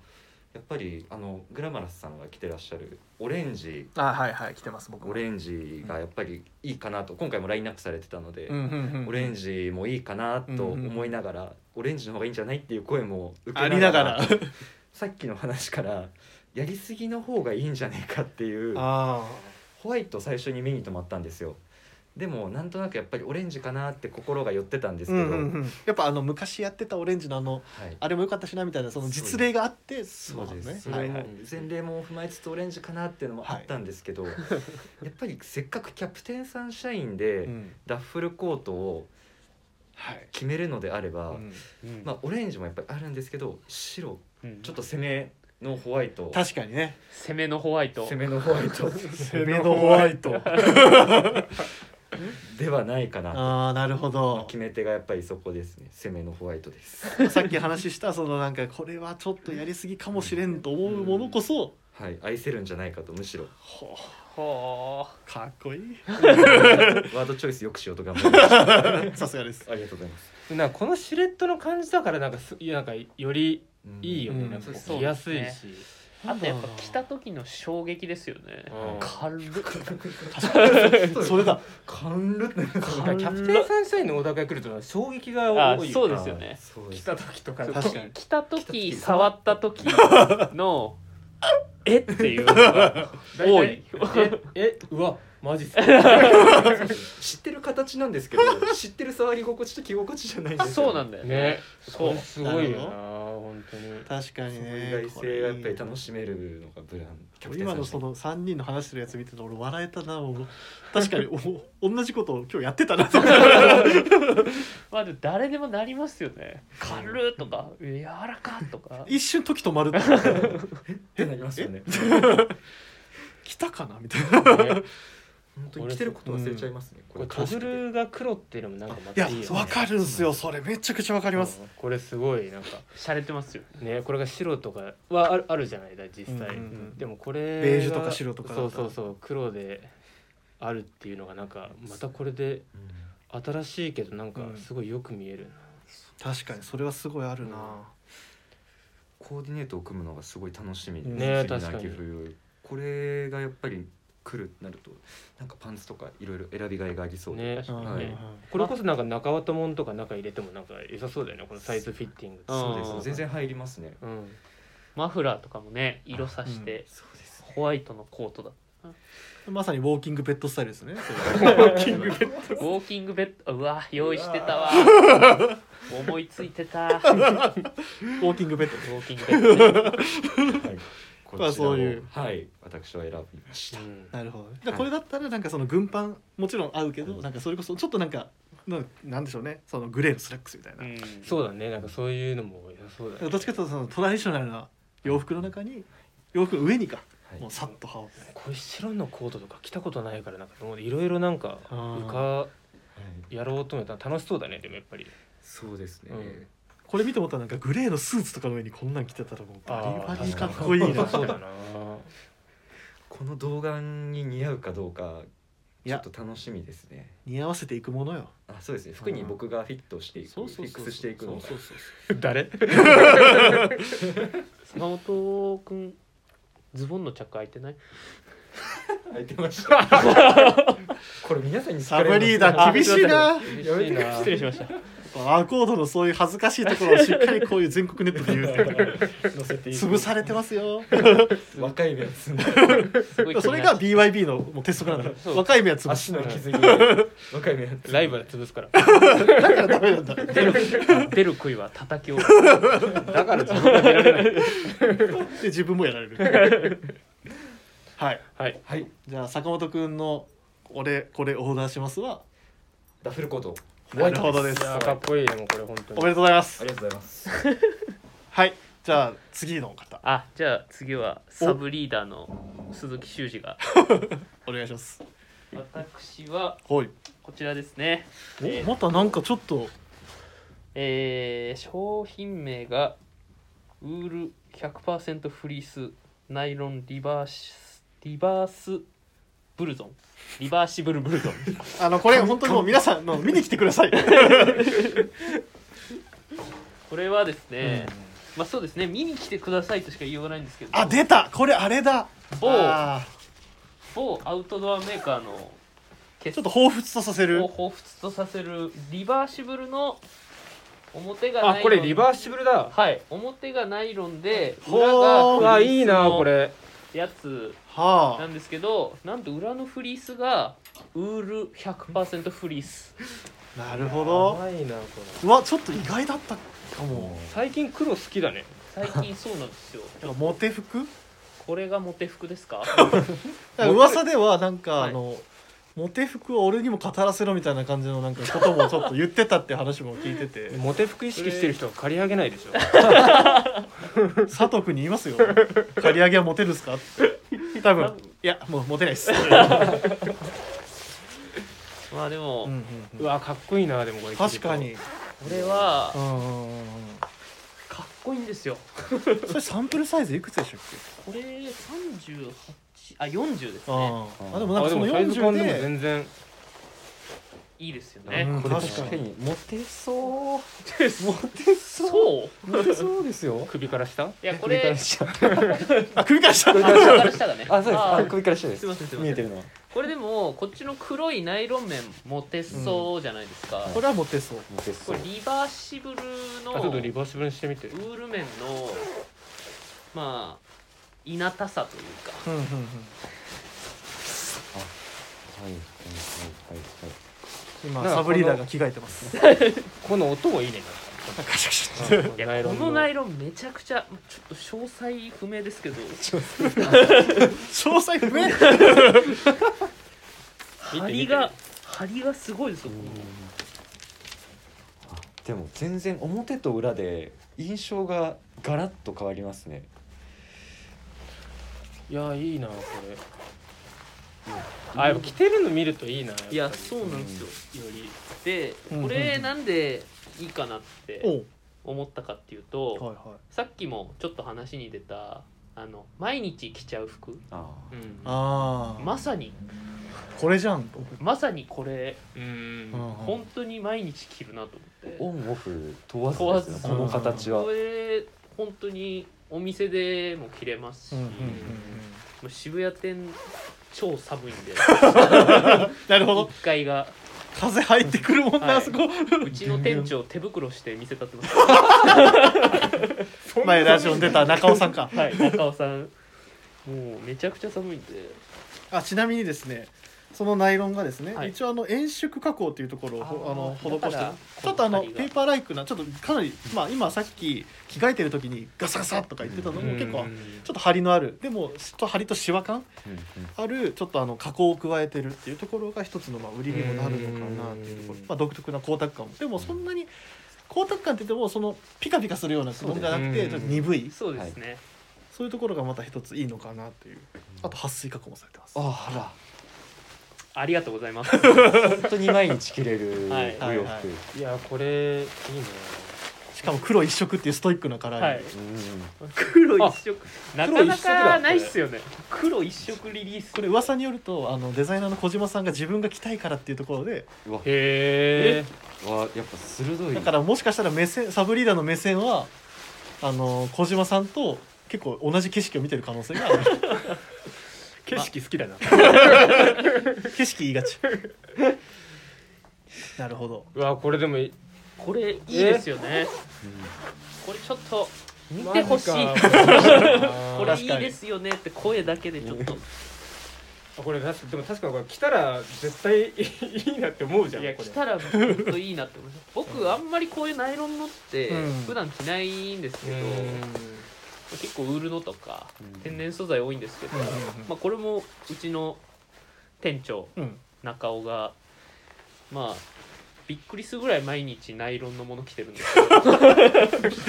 やっぱりあのグラマラスさんが着てらっしゃるオレンジ
あはいはい来てます僕
オレンジがやっぱりいいかなと今回もラインナップされてたので、
うんうんうん
オレンジもいいかなと思いながら、オレンジの方がいいんじゃないっていう声も受
あ
け
りながら
さっきの話からやりすぎの方がいいんじゃないかっていう
あ
ホワイト最初に目に留まったんですよでもなんとなくやっぱりオレンジかなって心が寄ってたんです
う
けど、
んうんうんやっぱあの昔やってたオレンジのあの
はい、
あれも良かったしなみたいなその実例があって
そうです、
まあ
そ
ねは
れ
いは
も
い
前例も踏まえつつオレンジかなっていうのもあったんです けど、やっぱりせっかくキャプテンサンシャイン
う
で
ん
ダッフルコートを
はい
決めるのであれ
う
ば、
ん
まあ、オレンジもやっぱりあるんですけど白
ち
ちょ
ょ
っ
っ
と
と
攻めのホワイト
確かにね
攻めのホワイト
攻めのホワイ ト
攻めのホワイト
ではないかな
ああなるほ
まあ
ど
決め手がやっぱりそこですね攻めのホワイトです
さっき話したそのなんかこれはちょっとやりすぎかもしれんと思うものこそ
はい愛せるんじゃないかとむしろ
ほう
ほ
かっこいい
ワードチョイスよくしようと頑張りました
さすがです
ありがとうございます
なんかこのシュレットの感じだからなんかすいやなんかより
うん
いいよね、
うん
なんかこう
そう
着やすいし、
ですうあとやっぱ来た時の衝撃ですよね
うん
軽っ
それだ
勘るって
だからキャプテンサンシャインの小高が来ると衝撃が多いよ
あそうですよね
そう
来た時とか
そう
の
確かに
来た時
来た時
触った時のえっていうのが多い
ええうわマジっすか
知ってる形なんですけど知ってる触り心地と着心地じゃないんですよ
そうなんだよ
ね
ね
そ
そうう
すごいよな本当に
確かに
そう
ね
いう意外性がやっぱり楽
し
しめるのがブランキャプテンサ
今
ン
の
シャ
そ
イン
の3人の話してるやつ見てて俺笑えたなもう確かにお同じことを今日やってたな と
まあでも誰でもなりますよね軽っとか柔らかっとか
一瞬時止まるって
ってなりますよね
来たかなみたいな
ね
本当に着てること忘れちゃいますね、
これ
こ
タ
れ
グルが黒っていうのもなんかま
い
た
や
いいよね
わかるんすよそれめちゃくちゃわかります、
うんこれすごいなんか
洒落てますよ
ねこれが白とかはあるあるじゃないだ実際、
うんうん
うん
でもこれが
ベージュとか白とかだった
そ
ら
うそうそう黒であるっていうのがなんかまたこれで新しいけどなんかすごいよく見えるな、
確かにそれはすごいあるな、
コーディネートを組むのがすごい楽しみです
ね
次の
確かに
秋冬これがやっぱり来るってなるとなんかパンツとかいろいろ選びがいがありそうで、
ね
確か
うん
に
はい
うん
これこそなんか中綿もんとか中入れてもなんか良さそうだよねこのサイズフィッティングって
そう
あ
です全然入りますね
うん
マフラーとかもね色さして、
そうです
ホワイトのコートだ
まさにウォーキングベッドスタイルですねそれ は
ウォーキングベッドうわ用意してたわ思いついてたウ
ウ
ォ
ォーキングベッド
ーキングベッドね
はいこちらを
そういう
はい私は選びました
うん
なるほどじゃあこれだったらなんかその軍パンもちろん合うけどなんかそれこそちょっとなんかななんでしょうねそのグレーのスラックスみたいな、
うん
そうだねなんかそういうのも良さそうだね
どっちかというとそのトラディショナルな洋服の中に洋服の上にか、
はい
もうさっと羽織って
こういう白のコートとか着たことないからなんかいろいろなんか
あー
浮かやろうと思ったら楽しそうだねでもやっぱり
そうですね、
うん
これ見て思ったらなんかグレーのスーツとかの上にこんなん着てたらもうバリ
あ
バ
ー
リかっこいいな
確かにそうだな
この動画に似合うかどうか
い
ちょ
や
っと楽しみですね
似合わせていくものよ
あそうですね服に僕がフィットしていくフィックスしていくのが
そうそうそう
誰
坂本くんズボンのチャック開いてない
開いてました これ皆さんに好
サ
かれる
ブ
の
リーダー厳しいな
やめてくだ
失礼しました
アコードのそういう恥ずかしいところをしっかりこういう全国ネットで言うっていうのが潰されてますよ
若い目をつんだ
すごい気
そ
に
れ
な
が
る
BYB のもう鉄則なんだ
そう
若い目は潰す
足の傷に若い目をつんだ
ライバル潰すから
だからダメなんだ
出る出る杭は叩きを
だから自分が出られない
で自分もやられるはい
はい
はい
じゃあ坂本くんの「俺これオーダーしますは」
ダッフルコート
なるほどです
いやーかっこいいでもうこれ本当
お
に
めでとうございま
あ
す
りがとうございます
はいじゃあ次の方
あじゃあ次はサブリーダーの鈴木修二が
お願いします
私は
はい
こちらですねえー
またなんかちょっと
えー商品名がウール100%フリースナイロンリバースリバースブルゾンリバーシブルブルゾン
あのこれ本当にもう皆さんの見に来てください
これはですね、まあそうですね見に来てくださいとしか言いようがないんですけど
あ出たこれあれだ
おう
あ
某アウトドアメーカーの
ーちょっと彷彿とさせる
を彷彿とさせるリバーシブルの表が
あ
ナイロン
これリバーシブルだ
はい表がナイロンで
ほー
裏
う
が
わ
フリ
いい
ース
な
の
これ
やつな
は
んですけどなんと裏のフリースがウール100%フリース
あなるほど
いなこれ
うわちょっと意外だったかも
最近黒好きだね
最近そうなんですよ
なんかモテ服
これがモテ服ですか
なんか噂ではなんか
はい
あの、モテ服を俺にも語らせろみたいな感じのなんかこともちょっと言ってたって話も聞いてて
モテ服意識してる人は借り上げないでしょ
佐藤君に言いますよ「刈り上げはモテるんすか?」って多
多
分
分
いやもうモテないっす、
まあでも、
うんうん
うわかっこいいなでもこれ着ると
確かに
これは
うんうんうんうん
かっこいいんですよ
それサンプルサイズいくつでしたっけ
これ38あ40ですね
あーあでもなん
あ
か
で
そ
も
の
サイズ感
40
でも
で
全然
いいですよ
う
ね
ん
これ
確
確
か
か
に
にモテそう
そ
テう
う
モテそうですよ
首から下
いやこ
首から
れ
下
あ首から下
あ下から下だね
あそうです
あ
あ首から下です
い
す
ませんすいま
見
せ
え
ん
てるのは
これでもこっちの黒いナイロン面モテそうじゃないですか、
これはモテそう
モテそ
こ
う
れリバーシブルの
あちょっとリバーシブルにしてみて
ウール面のまあいなたさというか
うんうんうん
はいはいはいはい
今
なんか
サブリーダーが着替えて ます
この音もいいねなんか
いやこのナイロンめちゃくちゃまあちょっと詳細不明ですけど
詳細不明
張りが張りがすごいですよここ
あでも全然表と裏で印象がガラッと変わりますね
いやいいなこれあやっぱ着てるの見るといいなやっぱり
いやそうなんですよ、よりで
うん
こ
うん
れ
うん
なんでいいかなって
お
思ったかっていうと、
はいはい
さっきもちょっと話に出たあの毎日着ちゃう服、
あ
う
ー
ん
ああ、
まさに
これじゃんと
まさにこれ
う
うん
ん
本当に毎日着るなと
オ
思って
ンオフ問わずですね
問わ
この
ず
形は
これ本当にお店でも着れますし、
うんうんうんうん
もう渋谷店超寒いん で
なるほど
1階が
風入ってくるもんな、
はい
あそこ
うちの店長手袋して店立って ます
前ラジオに出た中尾さんか
はい、中尾さん。もうめちゃくちゃ寒いんで。
あちなみにですねそのナイロンがですね、
はい
一応あの円縮加工というところをほあの施してるちょっとあのペー
ー。
パーライクなちょっとかなりまあ今さっき着替えてる時にガサガサとか言ってたのも
うん
結構ちょっと張りのあるでもちょっと張りとシワ感
うんうん
あるちょっとあの加工を加えてるっていうところが一つのまあ売りにもなるのかなっていうところ
うん
まあ独特な光沢感もでもそんなに光沢感って言ってもそのピカピカするようなものじゃなく
う
て
ん
ちょっと鈍い
そうですね。
そういうところがまた一ついいのかなっていうあと撥水加工もされてます
あら
ありがとうございます。
本当に毎日着れる
はい
お洋服、
はいはい
いやこれいいね
しかも黒一色っていうストイックなカラーに、
はい。
うん
黒一色。なか
黒一
な
色だ
かないっすよね。黒一色リリース。
これ噂によるとあのデザイナーの小島さんが自分が着たいからっていうところで
うわ
へえ
わやっぱ鋭い
だからもしかしたら目線サブリーダーの目線はあの小島さんと結構同じ景色を見てる可能性がある
景色好きだな
景色言いがちなるほど
うわこれでもい
これいいですよね。これちょっと。見てほしい。
マジ
こ
か これ
れいいですよねって声だけでちょっと。
これ確かでも確かにこれ着たら絶対いいなって思うじゃん
いや、
これ
来たら、本当いいなって思います。 僕あんまりこういうナイロンのって
うん、
普段着ないんですけど。結構ウールのとか
うん
天然素材多いんですけど、
うんうんうん
まあ、これもうちの店長
うん
中尾がまあびっくりするぐらい毎日ナイロンのもの着てるんですよ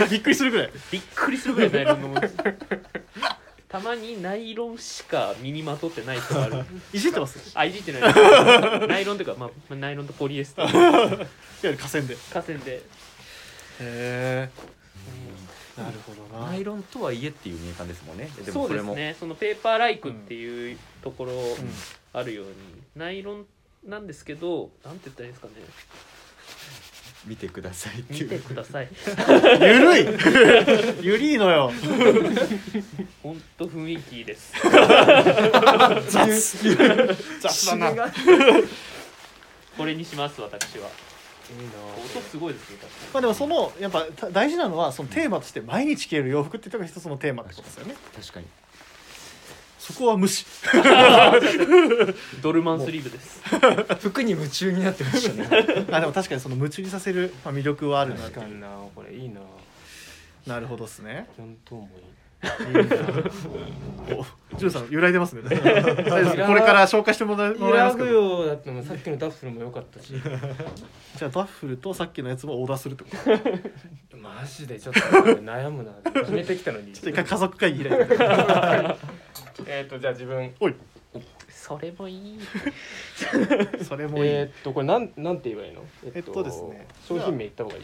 びっくりするぐらい
びっくりするぐらいナイロンのもの着てるたまにナイロンしか身にまとってない人があ る
いじってますよ
あいじってないですナイロンというか、まあまあ、ナイロンとポリエステル
いわゆる河川でへ
河川で
えなるほどな
ナイロンとはいえっていう名感ですもんねで
そ
も
う
こ
で
れ
す
も
ねそのペーパーライクっていうところ
うん
あるように、ナイロンなんですけどなんて言ったらいいんですかね
見てくださいってい
見
う
てください
ゆるいゆりいのよ
本当雰囲気いいです。
雑雑だなま
これにします私は。音すごいですね。
あでもそのやっぱた大事なのはそのテーマとして毎日着れる洋服っていうのが一つのテーマってことですよね
確かに
そこは無視
確かにドルマンスリーブです。
服に夢中になってました ね
あでも確かにその夢中にさせるまあ魅力はあるなっ
確
て
か
いう
になこれいいな
なるほどですね
本当もいい
おジュンさん揺らいでます ね大丈夫ですかこれから紹介してもらえ
揺
ま
ら
す
ぐ
けど
よだってもうさっきのダッフルも良かったし
じゃあダッフルとさっきのやつもオーダーするってこと
マジでちょっとこれ悩むな決めてきたのに
ちょっと一回家族会議開いて
えっとじゃあ自分
おい
それもいい。
それもいい、
えっとこれなんなんて言えばいいのえ
えっとですね
商品名言った方がいい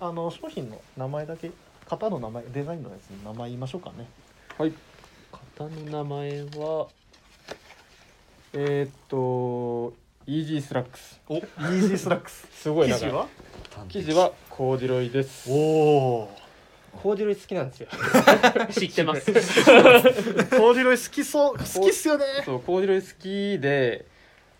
あの商品の名前だけ型の名前デザインのやつの名前言いましょうかね
はい
型の名前 は
えっとイージースラックス
おイージースラックス
すごい
生
長い
地は
生地はコーデュロイです
お お
コーデュロイ好きなんですよ
知って ます。
コーデュロイ好きそう好きっすよね
そうコーデュロイ好きで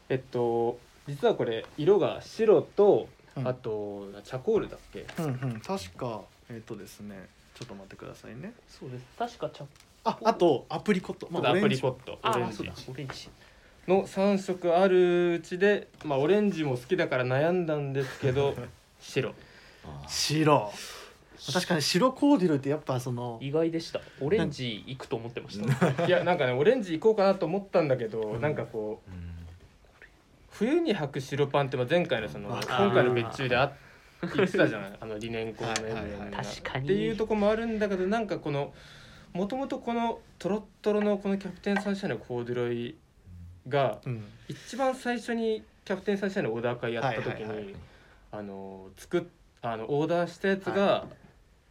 えっと実はこれ色が白と
うん
あとチャコールだっけ
うんうん確かえっ、とですねちょっと待ってくださいね
そうです。確かちゃ。
ああとアプリコット、
ちょっとアプリコ
ッ
ット
あ
オレン
あ
ジ
そうだ。オレンジ。
の3色あるうちで、まあ、オレンジも好きだから悩んだんですけ ど白
あー
白確かに白コーデュロイってやっぱその
意外でした。オレンジ行くと思ってました。
いやなんかねオレンジ行こうかなと思ったんだけど、
ん
なんかこう
うん
冬に履く白パンってまあ前回のその
あ
今
ー
回の別注であ言ってたじゃないあの理念校の
はいはいはい
MM が
確かに
っていうとこもあるんだけどなんかこのもともとこのトロットロのこのキャプテンサンシャインのコーデュロイが
うん
一番最初にキャプテンサンシャインのオーダー会やった時に、
はいはいはい
あの作っあのオーダーしたやつが、
は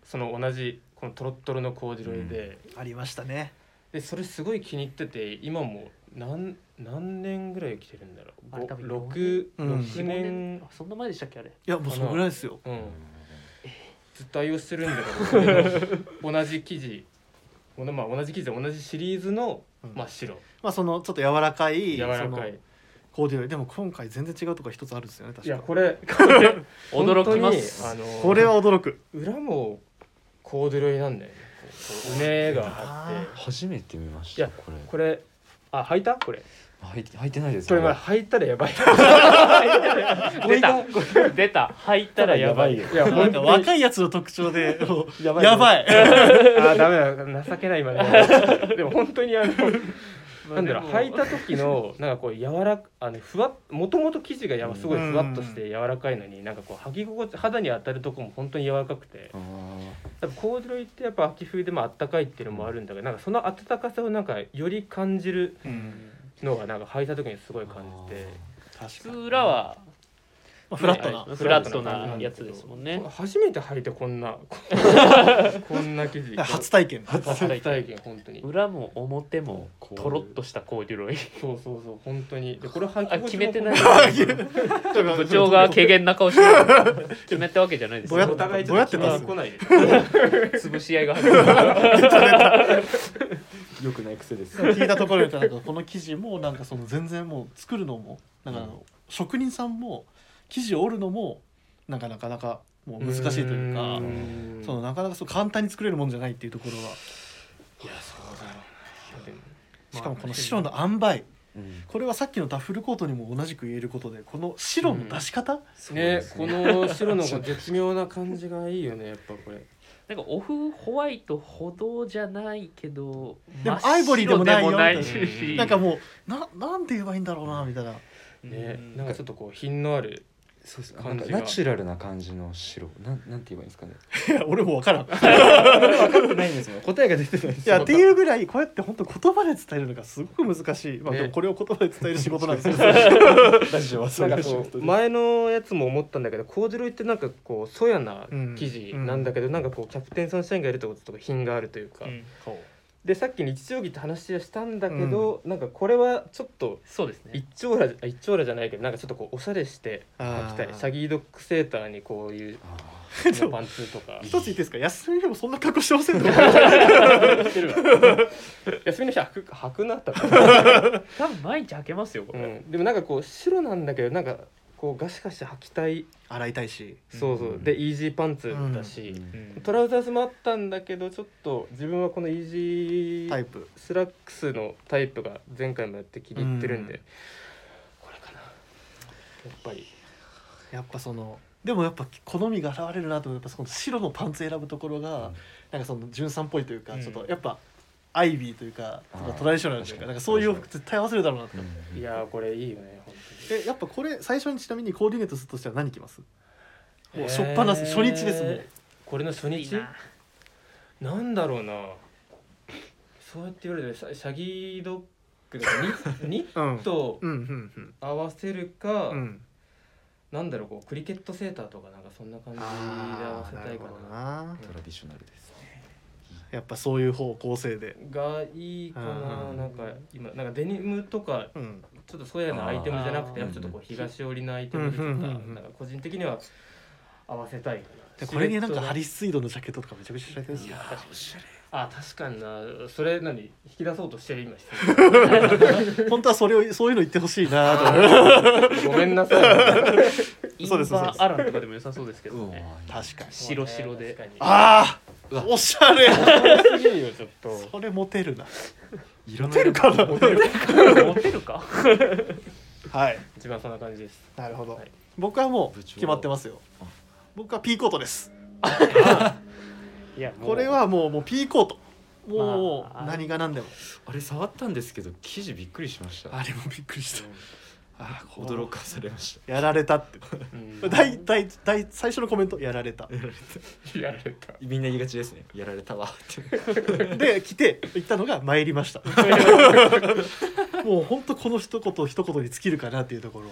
その同じこのトロットロのコージロイで、
ありましたね
でそれすごい気に入ってて今も何何年ぐらい着てるんだろ
あれ多
う
分
六
うん
六
45
年、
あそんな前でしたっけあれ
いやもうそのぐらいですよ
うん
う
ずっと愛用してるんだけど同じ生地ものまあ、同じ生地で同じシリーズの
うん
真っ白、
まあそのちょっと柔らかい
柔らか
その
い
コーディネートでも今回全然違うとこ一つあるんですよね
い
確
や
か
これこれ
驚きます
本当にあの
これは驚く
裏もコーデュロイなんだよねこう梅があっ
初めて見まし
いや
たこれ
てこれあ履いたこれ
入って入ってないです
これまあ
ね
履いたらや ばい
出た出た履いたらやばい
よ
いや
なん
本
か
当に
若いやつの特徴でもう
やばい
やばい
あーダメだ情けない今ねでも本当にあのなんだろう履いた時のなんかこう柔らかあのふわっもともと生地がやばすごいふわっとして柔らかいのになんかこう履き心地肌に当たるとこも本当に柔らかくて
あー
やっぱコーデュロイってやっぱ秋冬でもあったかいっていうのもあるんだけどなんかその暖かさをなんかより感じるのがなんか履いた時にすごい感じて。
確
普
か
通
に
裏は
まあフラットな
はいフラットなやつですもんね
初めて履いてこんなこんな生地
初体験
初体験本当に
裏も表も
こう
とろっとしたコーデュロイ
そうそうそう本当にでこれ履
あ
き
決め てない部
部
長が軽減な顔してる決めたわけじゃないです
ぼや
よ
っ
お互いち
ど
ょ
うや
っ
って
と
出す
来ない
潰し合いが始まる
良くない癖です
聞いたところによるとなんかこの生地もなんかその全然もう作るのもなんかあの職人さんも生地を織るのもなんかなかなかもう難しいというか
ーん
そのなかなかそう簡単に作れるもんじゃないっていうところは
やそうだろうなでも
しかもこの白の塩梅
うん
これはさっきのダッフルコートにも同じく言えることでこの白の出し方、
そうで
ね
す
この白のこの絶妙な感じがいいよねやっぱこれ
なんかオフホワイトほどじゃないけど
でも
真っ白
アイボリーでもないよ
でもない
みたい
し
ん
なんかもうななんて言えばいいんだろうなみたいな
ね
うん
なんかちょっとこう品のある
そうです
感じが
なんかナチュラルな感じの白なんなんて言えばいいんですかね
いや俺も分からんい
ないんです もん答えが出てないです
やっていうぐらいこうやって本当言葉で伝えるのがすごく難しい、まあ、
ね
でもこれを言葉で伝える仕事なんですよ
ラジオは
なんかこう前のやつも思ったんだけどコーデュロイってなんかこうそやな生地なんだけど、なんかこうキャプテンサンシャインがいるってこととか品があるというか、
うん
でさっき日曜着って話はしたんだけど、なんかこれはちょっと
そうですね
一丁羅じゃ一丁羅じゃないけどなんかちょっとこうおしゃれして履きたい
あー
シャギードッグセーターにこ ういう
あ
パンツとか
一つ言っていいですか休みでもそんな格好してませんと
してるわ休みの日はく 履くなった から、
多分毎日開けますよこ
う
れ、
ん、でもなんかこう白なんだけどなんかこうガシガシ履きたい
洗いたいし
そうそう、
うん
でイージーパンツだし、
うん
トラウザースもあったんだけどちょっと自分はこのイージ
タ
ー
イプ
スラックスのタイプが前回もやって気に入ってるんで、
うん
これかなやっぱり
やっぱそのでもやっぱ好みが現れるなと思うやっぱその白のパンツ選ぶところが、
うん
なんかその純さんっぽいというか、
うん
ちょっとやっぱアイビーというか
あー
トラディショナルというか
確かに
なんかそういう洋服絶対合わせるだろうなとか、
いやーこれいいよね本当に
えやっぱこれ最初にちなみにコーディネートするとしたら何着ますもう
えー
初っ端です初日ですもう
これの初
いい
日
な
なんだろうなそうやって言われてシャシャギードッグとかニ ニッ
うん
ト
うんうん
合わせるか、
うんうん
なんだろうこうクリケットセーターとかなんかそんな感じで合わ
あ
せ
ーな
たい
る
か
ほど
な
な
トラディショナルですね
やっぱそういう方向性で
がいいかな、
うん
なんか今なんかデニムとか
うん
ちょっとそういうようなアイテムじゃなくて
あ
や
ー
っぱちょっとこう東寄りのアイテムとか
うんうんうんうん
なんか個人的には合わせたいか
で
な
これになんかハ
張り
リスイードのジャケットとかめちゃくちゃしゃれてるんですよ
あおしゃれ
あ確かになそれ何引き出そうとしてる今
本当はそれをそういうの言ってほしいなと思う
ごめん なさい
イン
そうですそう
バ
です
ーアランとかでも良さそうですけど
うわ
ね
確かに
白白で
確か
あ
うわ
あおしゃれ
にすぎるよちょっと
それモテるな
色
モテるかな
モテるか
はい
一番そんな感じです
なるほど、
はい
僕はもう
部長
決まってますよ
あ
僕はピーコートです
いやもう
これはもうもうピーコートも
まあ
う何が何でも、
あれ触ったんですけど生地びっくりしました
あ、れもびっくりしたあーこう
驚かされまし
やられたって
う ん
大体大最初のコメントやられた
たやられ
やられた
たみんな言いがちですねやられたわって
で来て言ったのが「参りました」もう本当この一言一言に尽きるかなっていうところ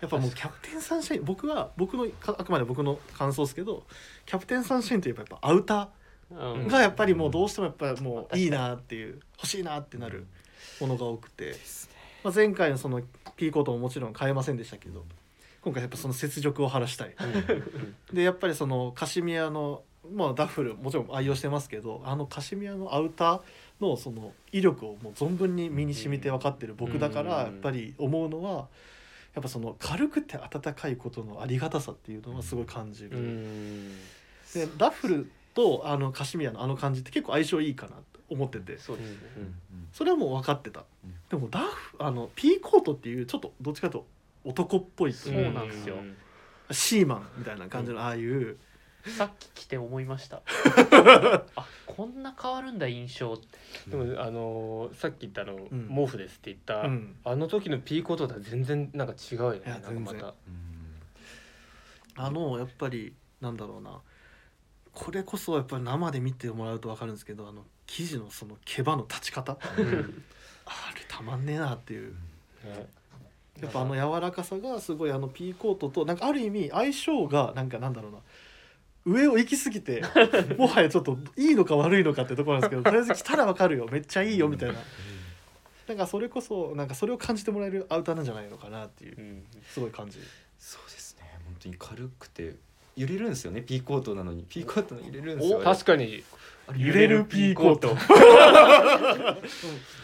やっぱもうキャプテンサンシャイン僕は僕のかあくまで僕の感想ですけどキャプテンサンシャインといえばやっぱアウタ
う
ー
ん
がやっぱりもうどうしてもやっぱもういいなっていう欲しいなってなるものが多くて、
す
まあ、前回のそのピーコートももちろん変えませんでしたけど今回やっぱその雪辱を晴らしたいでやっぱりそのカシミヤの、まあ、ダッフルもちろん愛用してますけどあのカシミヤのアウターのその威力をもう存分に身に染みて分かってる僕だから
う
や
ん
っぱり思うのはやっぱその軽くて温かいことのありがたさっていうのはすごい感じる。
うん
でダッフルとあのカシミヤのあの感じって結構相性いいかなと思ってて
そうですね
それはもう分かってた
うん。
でもダッフあのピーコートっていうちょっとどっちかというと男っぽいと
そう
いうか
なんですよ
シーマンみたいな感じのああいう
さっき来て思いました あこんな変わるんだ印象って
でもあのーさっき言ったあの、
ん
毛布ですって言った、
うん
あの時のピーコートとは全然なんか違うよね
いや
なんか
全
ま
然
た
あのやっぱりなんだろうなこれこそやっぱり生で見てもらうと分かるんですけどあの生地のその毛羽の立ち方
うん
あれたまんねえなっていう
ね
やっぱあの柔らかさがすごいあのピーコートとなんかある意味相性がなんかなんだろうな上を行き過ぎてもはやちょっといいのか悪いのかってところなんですけどとりあえず着たら分かるよめっちゃいいよみたいななんかそれこそなんかそれを感じてもらえるアウターなんじゃないのかなっていう
うん
すごい感じる
そうですね本当に軽くて揺れるんですよねピーコートなのにピーコートの揺れるんですよ
お確かに
あれ
揺れるピーコート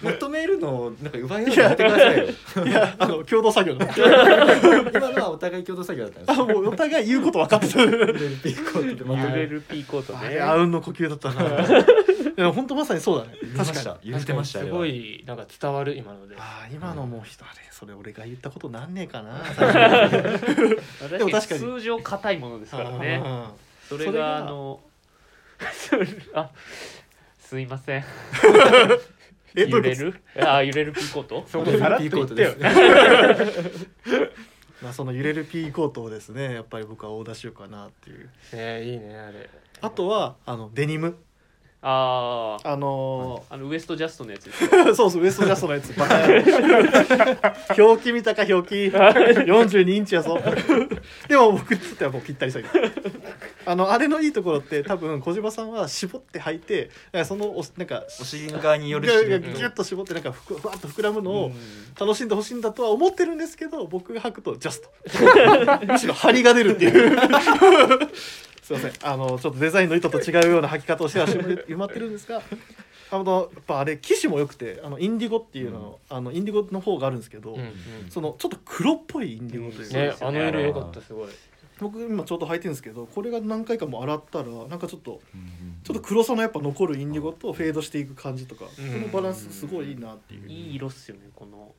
求めるのをなんか奪い合うのやめてくださいよ
いやあの共同作業の
今のはお互い共同作業だったんです
あ
よ
もうお互い言うこと分かって
揺
る
れるピーコートで
揺
また
れるピーコート
あれ
ね
あうんの呼吸だったなでも本当まさにそうだね
揺れま
確
し
かに
た揺れてました
確かにすごいなんか伝わる今ので
ああ今のもう人あれそれ俺が言ったことなんねえかなでも
私
確かに
通常硬いものですからね
あ
それ
それ
が
が
あ のそれあすいません
ーえど
揺
うい
れ
うこ
るあ揺れるピーコート
そこさらっと
ピー
言
コ
って
ート
よ
です ね
とまあその揺れるピーコートをですねやっぱり僕は大出しようかなっていう
ねいいねあれ
あとはあのデニム
ああ
あの
あのウエストジャストのやつですよ
ー そうそうウエストジャストのやつバカ野 郎表記見たか表記42インチやぞでも僕にとってはもうぴったりサイズあのあれのいいところって多分小島さんは絞って履いてなんかそのおなんか
お尻側によ
ギ
るし
ュギュッと絞ってなんかふくふわっと膨らむのを楽しんでほしいんだとは思ってるんですけど僕が履くとジャストむしろ張りが出るっていう すいませんあのちょっとデザインの意図と違うような履き方をしてはしまってるんですがあのやっぱあれ生地も良くてあのインディゴっていうのの,、あのインディゴの方があるんですけど、
うんうん
そのちょっと黒っぽいインディゴというか、
ねあの色良かったすごい
僕今ちょうど履いてるんですけどこれが何回かも洗ったらなんかちょっとちょっと
と
黒さのやっぱ残るインディゴとフェードしていく感じとか、
うん
このバランスすごいいいなっていう、
いい色っすよねこの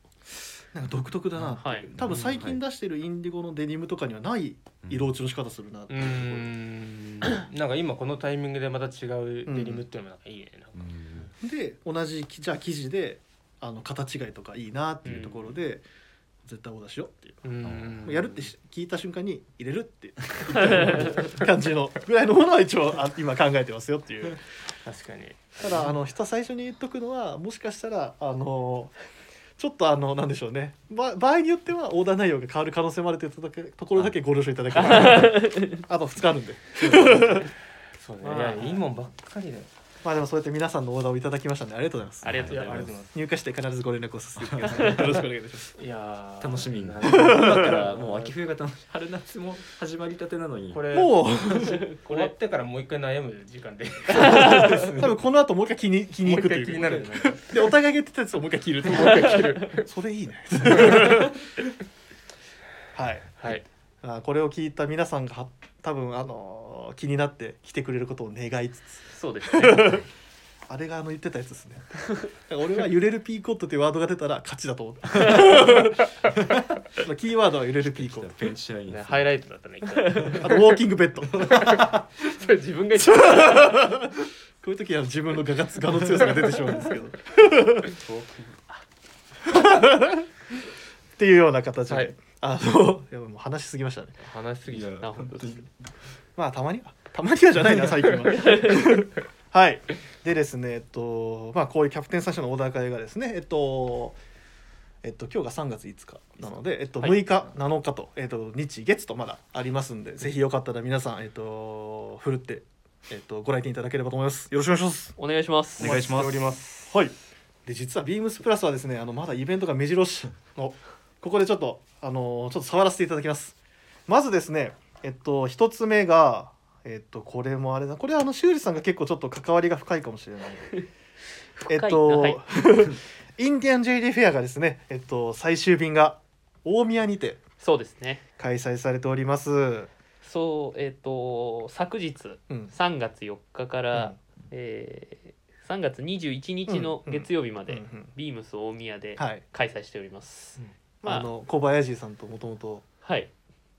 なんか独特だなっていう、
はい
多分最近出してるインディゴのデニムとかにはない色落ちの仕方するなって
う
いうところ
んなんか今このタイミングでまた違うデニムっていうのもなんかいいねなんか
で同じきじゃあ生地であの型違いとかいいなっていうところで、絶対お出しよっていう、
うん
やるってし聞いた瞬間に入れるっていう 感じのぐらいのものは一応あ今考えてますよっていう
確かに
ただあの人最初に言っとくのはもしかしたらあのちょっとあのなんでしょうねば場合によってはオーダー内容が変わる可能性もあるというとだけところだけご了承いただければ あと2日あるんで
そうね
まあ
いやいいもんばっかりだよ
まあでもそうやって皆さんのオーダーをいただきましたんでありがとうございます
ありがとうござい
あり
ま
がとうござい
す
ます
入荷して必ずご連絡をさせてくださいよろしくお願いします
いやー
楽しみに
な
今
ん
か
から
もう秋冬が楽しみ春夏も始まりたてなの に
これ
もう
終わってからもう一回悩む時間で
多分この後もう一回気に気に
もう
行く
一
という
回気になるよね
でお互いが言ってたやつをもう一回切る それいいねはい
はい
あこれを聞いた皆さんがは多分あのー気になって来てくれることを願いつつ
そうですね
あれがあの言ってたやつですね俺は「揺れるピーコット」っていうワードが出たら勝ちだと思ったキーワードは揺れるピーコッ
ペンチしない ん
ね
です
ハイライトだったね一回
トあとウォーキングベッド
それ自分が言った
こういう時は自分の画が画の強さが出てしまうんですけど。っていうような形で、
はい
あのいやもう話しすぎましたね
話しすぎ
い
ちゃ
や
う
な本当ですね
まあたまにはたまにはじゃないな最近ははいでですねえっとまあこういうキャプテン最初のオーダー会がですねえっとえっと今日が3月5日なので、えっと、
はい
6日、7日と、えっと、日月とまだありますんでぜひよかったら皆さん、えっと、ふるって、えっと、ご来店いただければと思いますよろしくお願いします
お願いします
お願いしますお待ちしております
はいで実はビームスプラスはですねあのまだイベントが目白押しのここでちょっとあのちょっと触らせていただきますまずですねえっと一つ目がえっとこれもあれだこれはあの修理さんが結構ちょっと関わりが深いかもしれないえっと、
深いな
インディアン JD フェアがですねえっと最終便が大宮にて
そうですね
開催されております
そうえっ、と昨日
うん
3月4日から、
うん
えー、3月21日の月曜日まで、
うんうん
ビームス大宮で
はい
開催しております、
うん
まあ
あの小林さんともともと
はい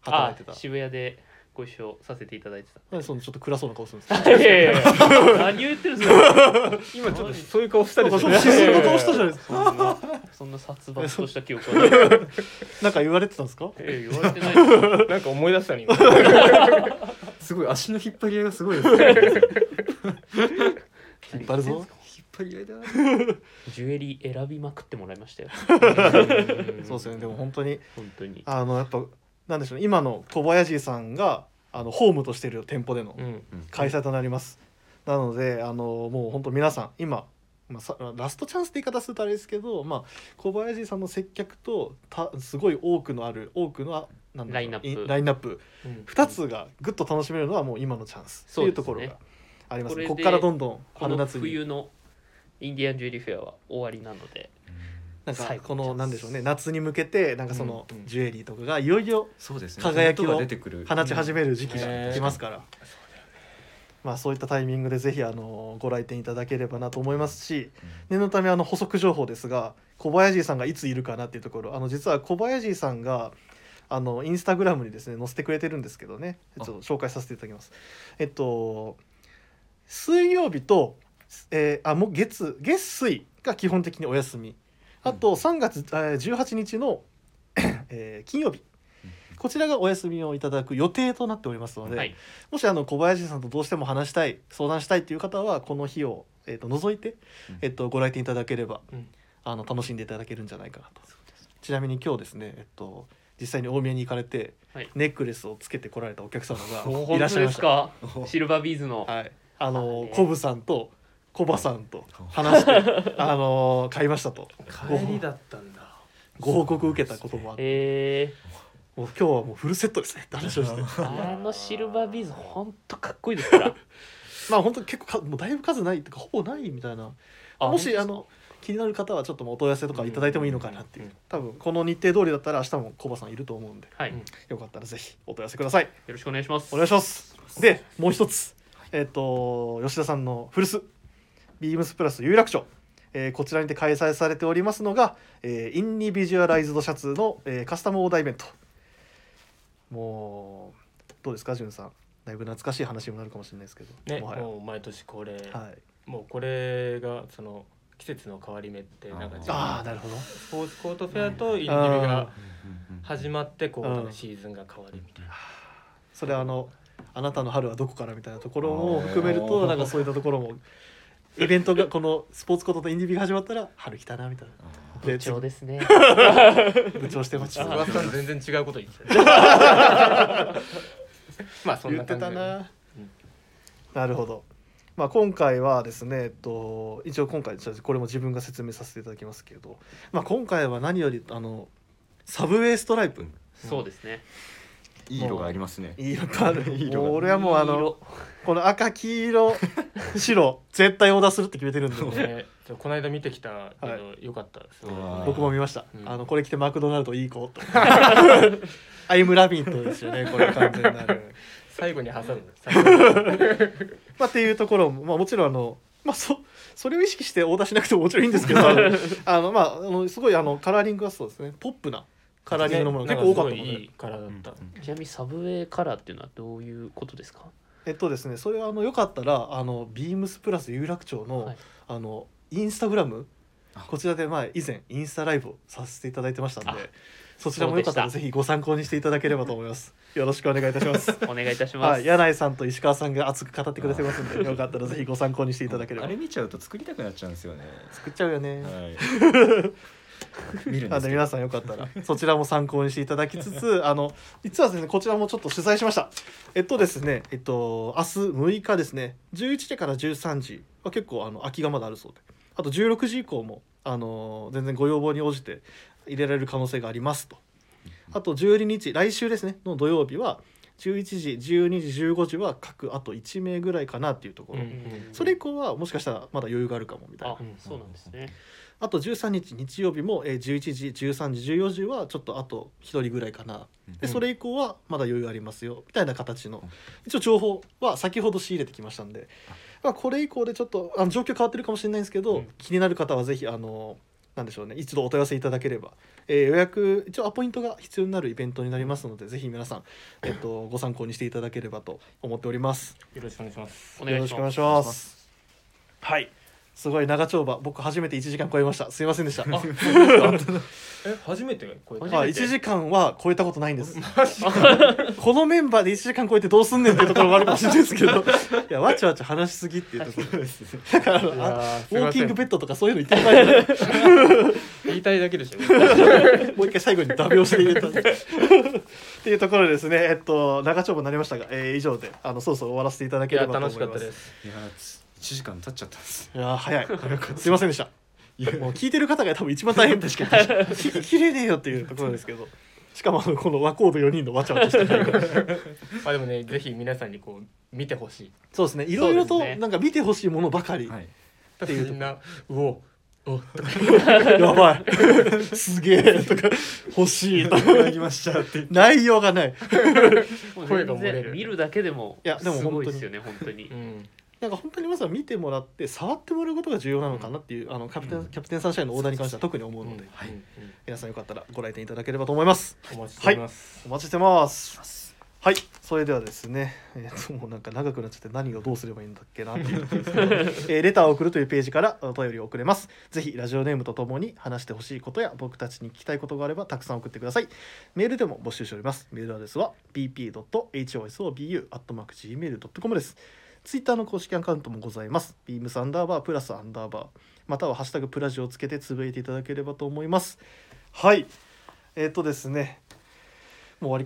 働いてた
あ渋谷でご一緒させていただいてた
なんでそのちょっと暗そうな顔するんです か
いやいやいや何言ってるんですか
今ちょっとそういう顔した
な
り
んか
し
そ
て
の
ね
自然な顔したじゃないですか
そんなそんな殺伐とした記憶はない
なんか言われてたんですか
ええ言われてないですよ
なんか思い出したね今
すごい足の引っ張り合いがすごいですね
引っ張るぞ
引っ張り合いだ
ジュエリー選びまくってもらいましたよ
そうですよねでも本当に
本当に
あのやっぱなんでしょうね今の小林さんがあのホームとしてる店舗での
うん
開催となります、なのであのもう本当皆さん今、まあ、さラストチャンスって言い方するとあれですけど、まあ、小林さんの接客とたすごい多くのある多くのあなんだろう
ラインナップ
いラインナップ
うん
2つがぐっと楽しめるのはもう今のチャンスっていうところがありますね
そ
こ
うですね
こからどんどん
こ
春
の
夏に
冬のインディアンジュエリーフェアは終わりなので
なんか
最
こ
高のチャ
の
ンス
なんでしょうね夏に向けてなんかその
うんうん
ジュエリーとかがいよいよ
そうですね
輝きを
音が出てくる
放ち始める時期
う
が
ん
来ますから、まあそういったタイミングでぜひあのご来店いただければなと思いますし念のためあの補足情報ですが小林さんがいついるかなっていうところあの実は小林さんがあのインスタグラムにですね載せてくれてるんですけどねちょっと紹介させていただきます。えっと水曜日と、えーあもう月月水が基本的にお休みあと3月、えー18日の、えー金曜日こちらがお休みをいただく予定となっておりますので、
はい
もしあの小林さんとどうしても話したい相談したいという方はこの日を、えー、と除いて、
うん
えっとご来店いただければ、
うん
あの楽しんでいただけるんじゃないかなとちなみに今日ですね、えっと実際に大宮に行かれて、
はい
ネックレスをつけてこられたお客様
本
が
当
いら
で
っしゃいますした
かシルバービーズの
はい、あの
あー
コブさんとコバさんと話して あの買いましたと
帰りだったんだ
ご報告受けたこともあって
え
もう今日はもうフルセットですねって話を して
ー、あのシルバービーズ本当かっこいいですから
まあ本当結構かもうだいぶ数ないとかほぼないみたいな
あ
もしあ
本当
の気になる方はちょっともうお問い合わせとかいただいてもいいのかなっていう、
うん
多分この日程通りだったら明日もコバさんいると思うんで
はい、
うん
よ
よかったらぜひお問い合わせください
ろしくお願いします
お願いしますでもう一つえっ、と吉田さんの古巣ビームスプラス有楽町えーこちらにて開催されておりますのが、えーインニビジュアライズドシャツの、えーカスタムオーダーイベントもうどうですかじゅんさんだいぶ懐かしい話にもなるかもしれないですけど、
ね
もはや
もう毎年恒例
はい、
もうこれがその季節の変わり目ってなんか
あー
自分
ああなるほど
スポーツコートフェアとインディビが始
ま
まってこう
うん
なんかシーズンが変わるみたいな
それはあの「あなたの春はどこから」みたいなところも含めると
あー
なんかそういったところもイベントがこのスポーツコートとインディビが始まったら春来たなみたいな
部
で
長ですね
次部長してます
あー
あー
さん全然違うこと言ってたまあそん
言
な
って
感じ
た
で
な
うん
なるほど、まあ、今回はですね、えっと、一応今回ちょっとこれも自分が説明させていただきますけど、まあ、今回は何よりあのサブウェイストライプ
そうですね
いい色がありますね
いい色がある
いい色が
もう俺はもうあ
いい
の
色
この赤黄色白絶対オーダーするって決めてるんで、
ねそうこの間見てきたけど、
は
よかったすごいう
わー
僕も見ました、
うん
あのこれ着てマクドナルドいい子とアイムラビットですよねこれ完全なる、
最後に挟む最後に
まあ、っていうところも、まあ、もちろんあのまあそそれを意識してオーダーしなくてももちろんいいんですけどあのあのまああのすごいあのカラーリングはそうですねポップなカラーリングのものが結構多かったので、
なんすごいいいカラーだった、
ちなみにサブウェイカラーっていうのはどういうことですか
えっとですねそれはあのよかったらあのビームスプラス有楽町の,、
はい
あのインスタグラム
あ
こちらでまあ以前インスタライブをさせていただいてましたん
あ
でそちらもよかったら
そうでした
ぜひご参考にしていただければと思いますよろしくお願いいたします
お願いいたしま
は
す
い、柳井さんと石川さんが熱く語ってくれてますんでよかったらぜひご参考にしていただければ
あれ見ちゃうと作りたくなっちゃうんですよね。
作っちゃうよね、
はい。見る
なので
んですけど
皆。さんよかった らそちらも参考にしていただきつつあの実はですねこちらもちょっと取材しましたえっとですねえっと明日6日ですね11時から13時は結構あの空きがまだあるそうであと16時以降もあの全然ご要望に応じて入れられる可能性がありますとあと12日来週ですねの土曜日は11時12時15時は各あと1名ぐらいかなっていうところ、
うん
それ以降はもしかしたらまだ余裕があるかもみたいな
あそうなんですね
あと13日日曜日も、えー、11時13時14時はちょっとあと1人ぐらいかな
う
で
ん
それ以降はまだ余裕ありますよみたいな形の一応情報は先ほど仕入れてきましたんで、まあ、これ以降でちょっとあの状況変わってるかもしれないんですけど、
うん
気になる方はぜひあのなんでしょうね一度お問い合わせいただければ、えー予約一応アポイントが必要になるイベントになりますのでぜひ皆さん、えっとご参考にしていただければと思っております。
よろしくお願いします。
お
よ
願
ろ
い
し
し
くお願
ま
い
す
します。はい。すごい長丁場、僕初めて1時間超えました。すいませんでした。
あ
は
え初めてこ
初めて
い、1時間は超えたことないん です。
マジか
このメンバーで1時間超えてどうすんねんっていうところもあるかもしれないですけ ど、いや、わちゃわちゃ話しすぎっていうところ。だからあの
い
あ
や
ウ
すい
ォ
ま
ー
せ
キ
ん
ングベッドとかそういうの言ってないじゃない
言いたいだけでしょ。
もう一回最後にダメ押しで入れたんでっていうところですねえっと長丁場になりましたが、えー以上であのそろそろ終わらせていただ
い
け
や
ればと思い
楽
ます
しかったです。
いやー、つ一時間経っちゃったんです。
いやー 早いすいませんでしたもう聞いてる方が多分一番大変 確かに聞ききれねえよっていうところですけどしかもあのこの和コード4人のわちゃわちゃしてる
まあでもねぜひ皆さんにこう見てほしい。
そうですねいろいろ
そう
と
ですね
なんか見てほしいものばかり、
はい。
多
ていう
分
と
みんなうおおとか
やばい すげえとか欲しいとか
いただきましたって。
内容がない
もう
声が
全
漏れる
然見るだけでも
いやでも
すごいですよね本当に
うん
なんか本当にまずは見てもらって触ってもらうことが重要なのかなっていうあのキャプテン、
うん
キャプテンサンシャインのオーダーに関しては特に思うので、
はい
うん
皆さんよかったらご来店いただければと思います
お待ちしております。
お待ちしてます。はい、それではですね、えっともうなんか長くなっちゃって何をどうすればいいんだっけなって いうところですけど、えーレターを送るというページからお便りを送れます。ぜひラジオネームとともに話してほしいことや僕たちに聞きたいことがあればたくさん送ってください。メールでも募集しております。メールアドレスは bp.hosobu.gmail.com です。ツイッターの公式アカウントもございます。beams アンダーバープラスアンダーバーまたはハッシュタグプラジをつけてつぶやいていただければと思います。はい、えっ、とですね、もう終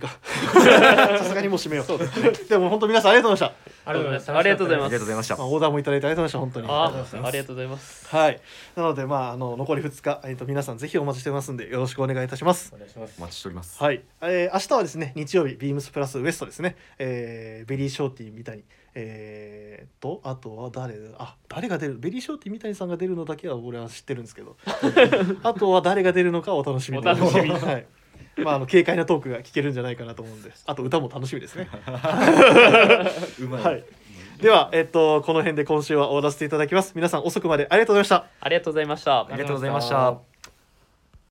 わり か。さすがにもう締めよう。でも本当皆さんありがとうございまし
ありがとうございます。
ありがとうござい
あり
ま
がとうございました
た。まあ、。オーダーもいただいてありがとうございました。本当に。
あありがとうございます
はい。なのでまああの残り2日、えっ、と皆さんぜひお待ちしてますんでよろしくお願いいたします。
お願いします
お。待ちしております。
はい、えー明日はですね日曜日ビームスプラスウエストですね、えーベリーショーティーみたいにえー、とあとは誰あ誰が出るベリーショーティーみたいにさんが出るのだけは俺は知ってるんです けどあとは誰が出るのかお楽しみに
お楽しみに
はいまあ、あの軽快なトークが聞けるんじゃないかなと思うんですあと歌も楽しみですね
うまい。
はいでは、えっと、この辺で今週は終わらせていただきます皆さん遅くまでありがとうございました
ありがとうございました
ありがとうございました。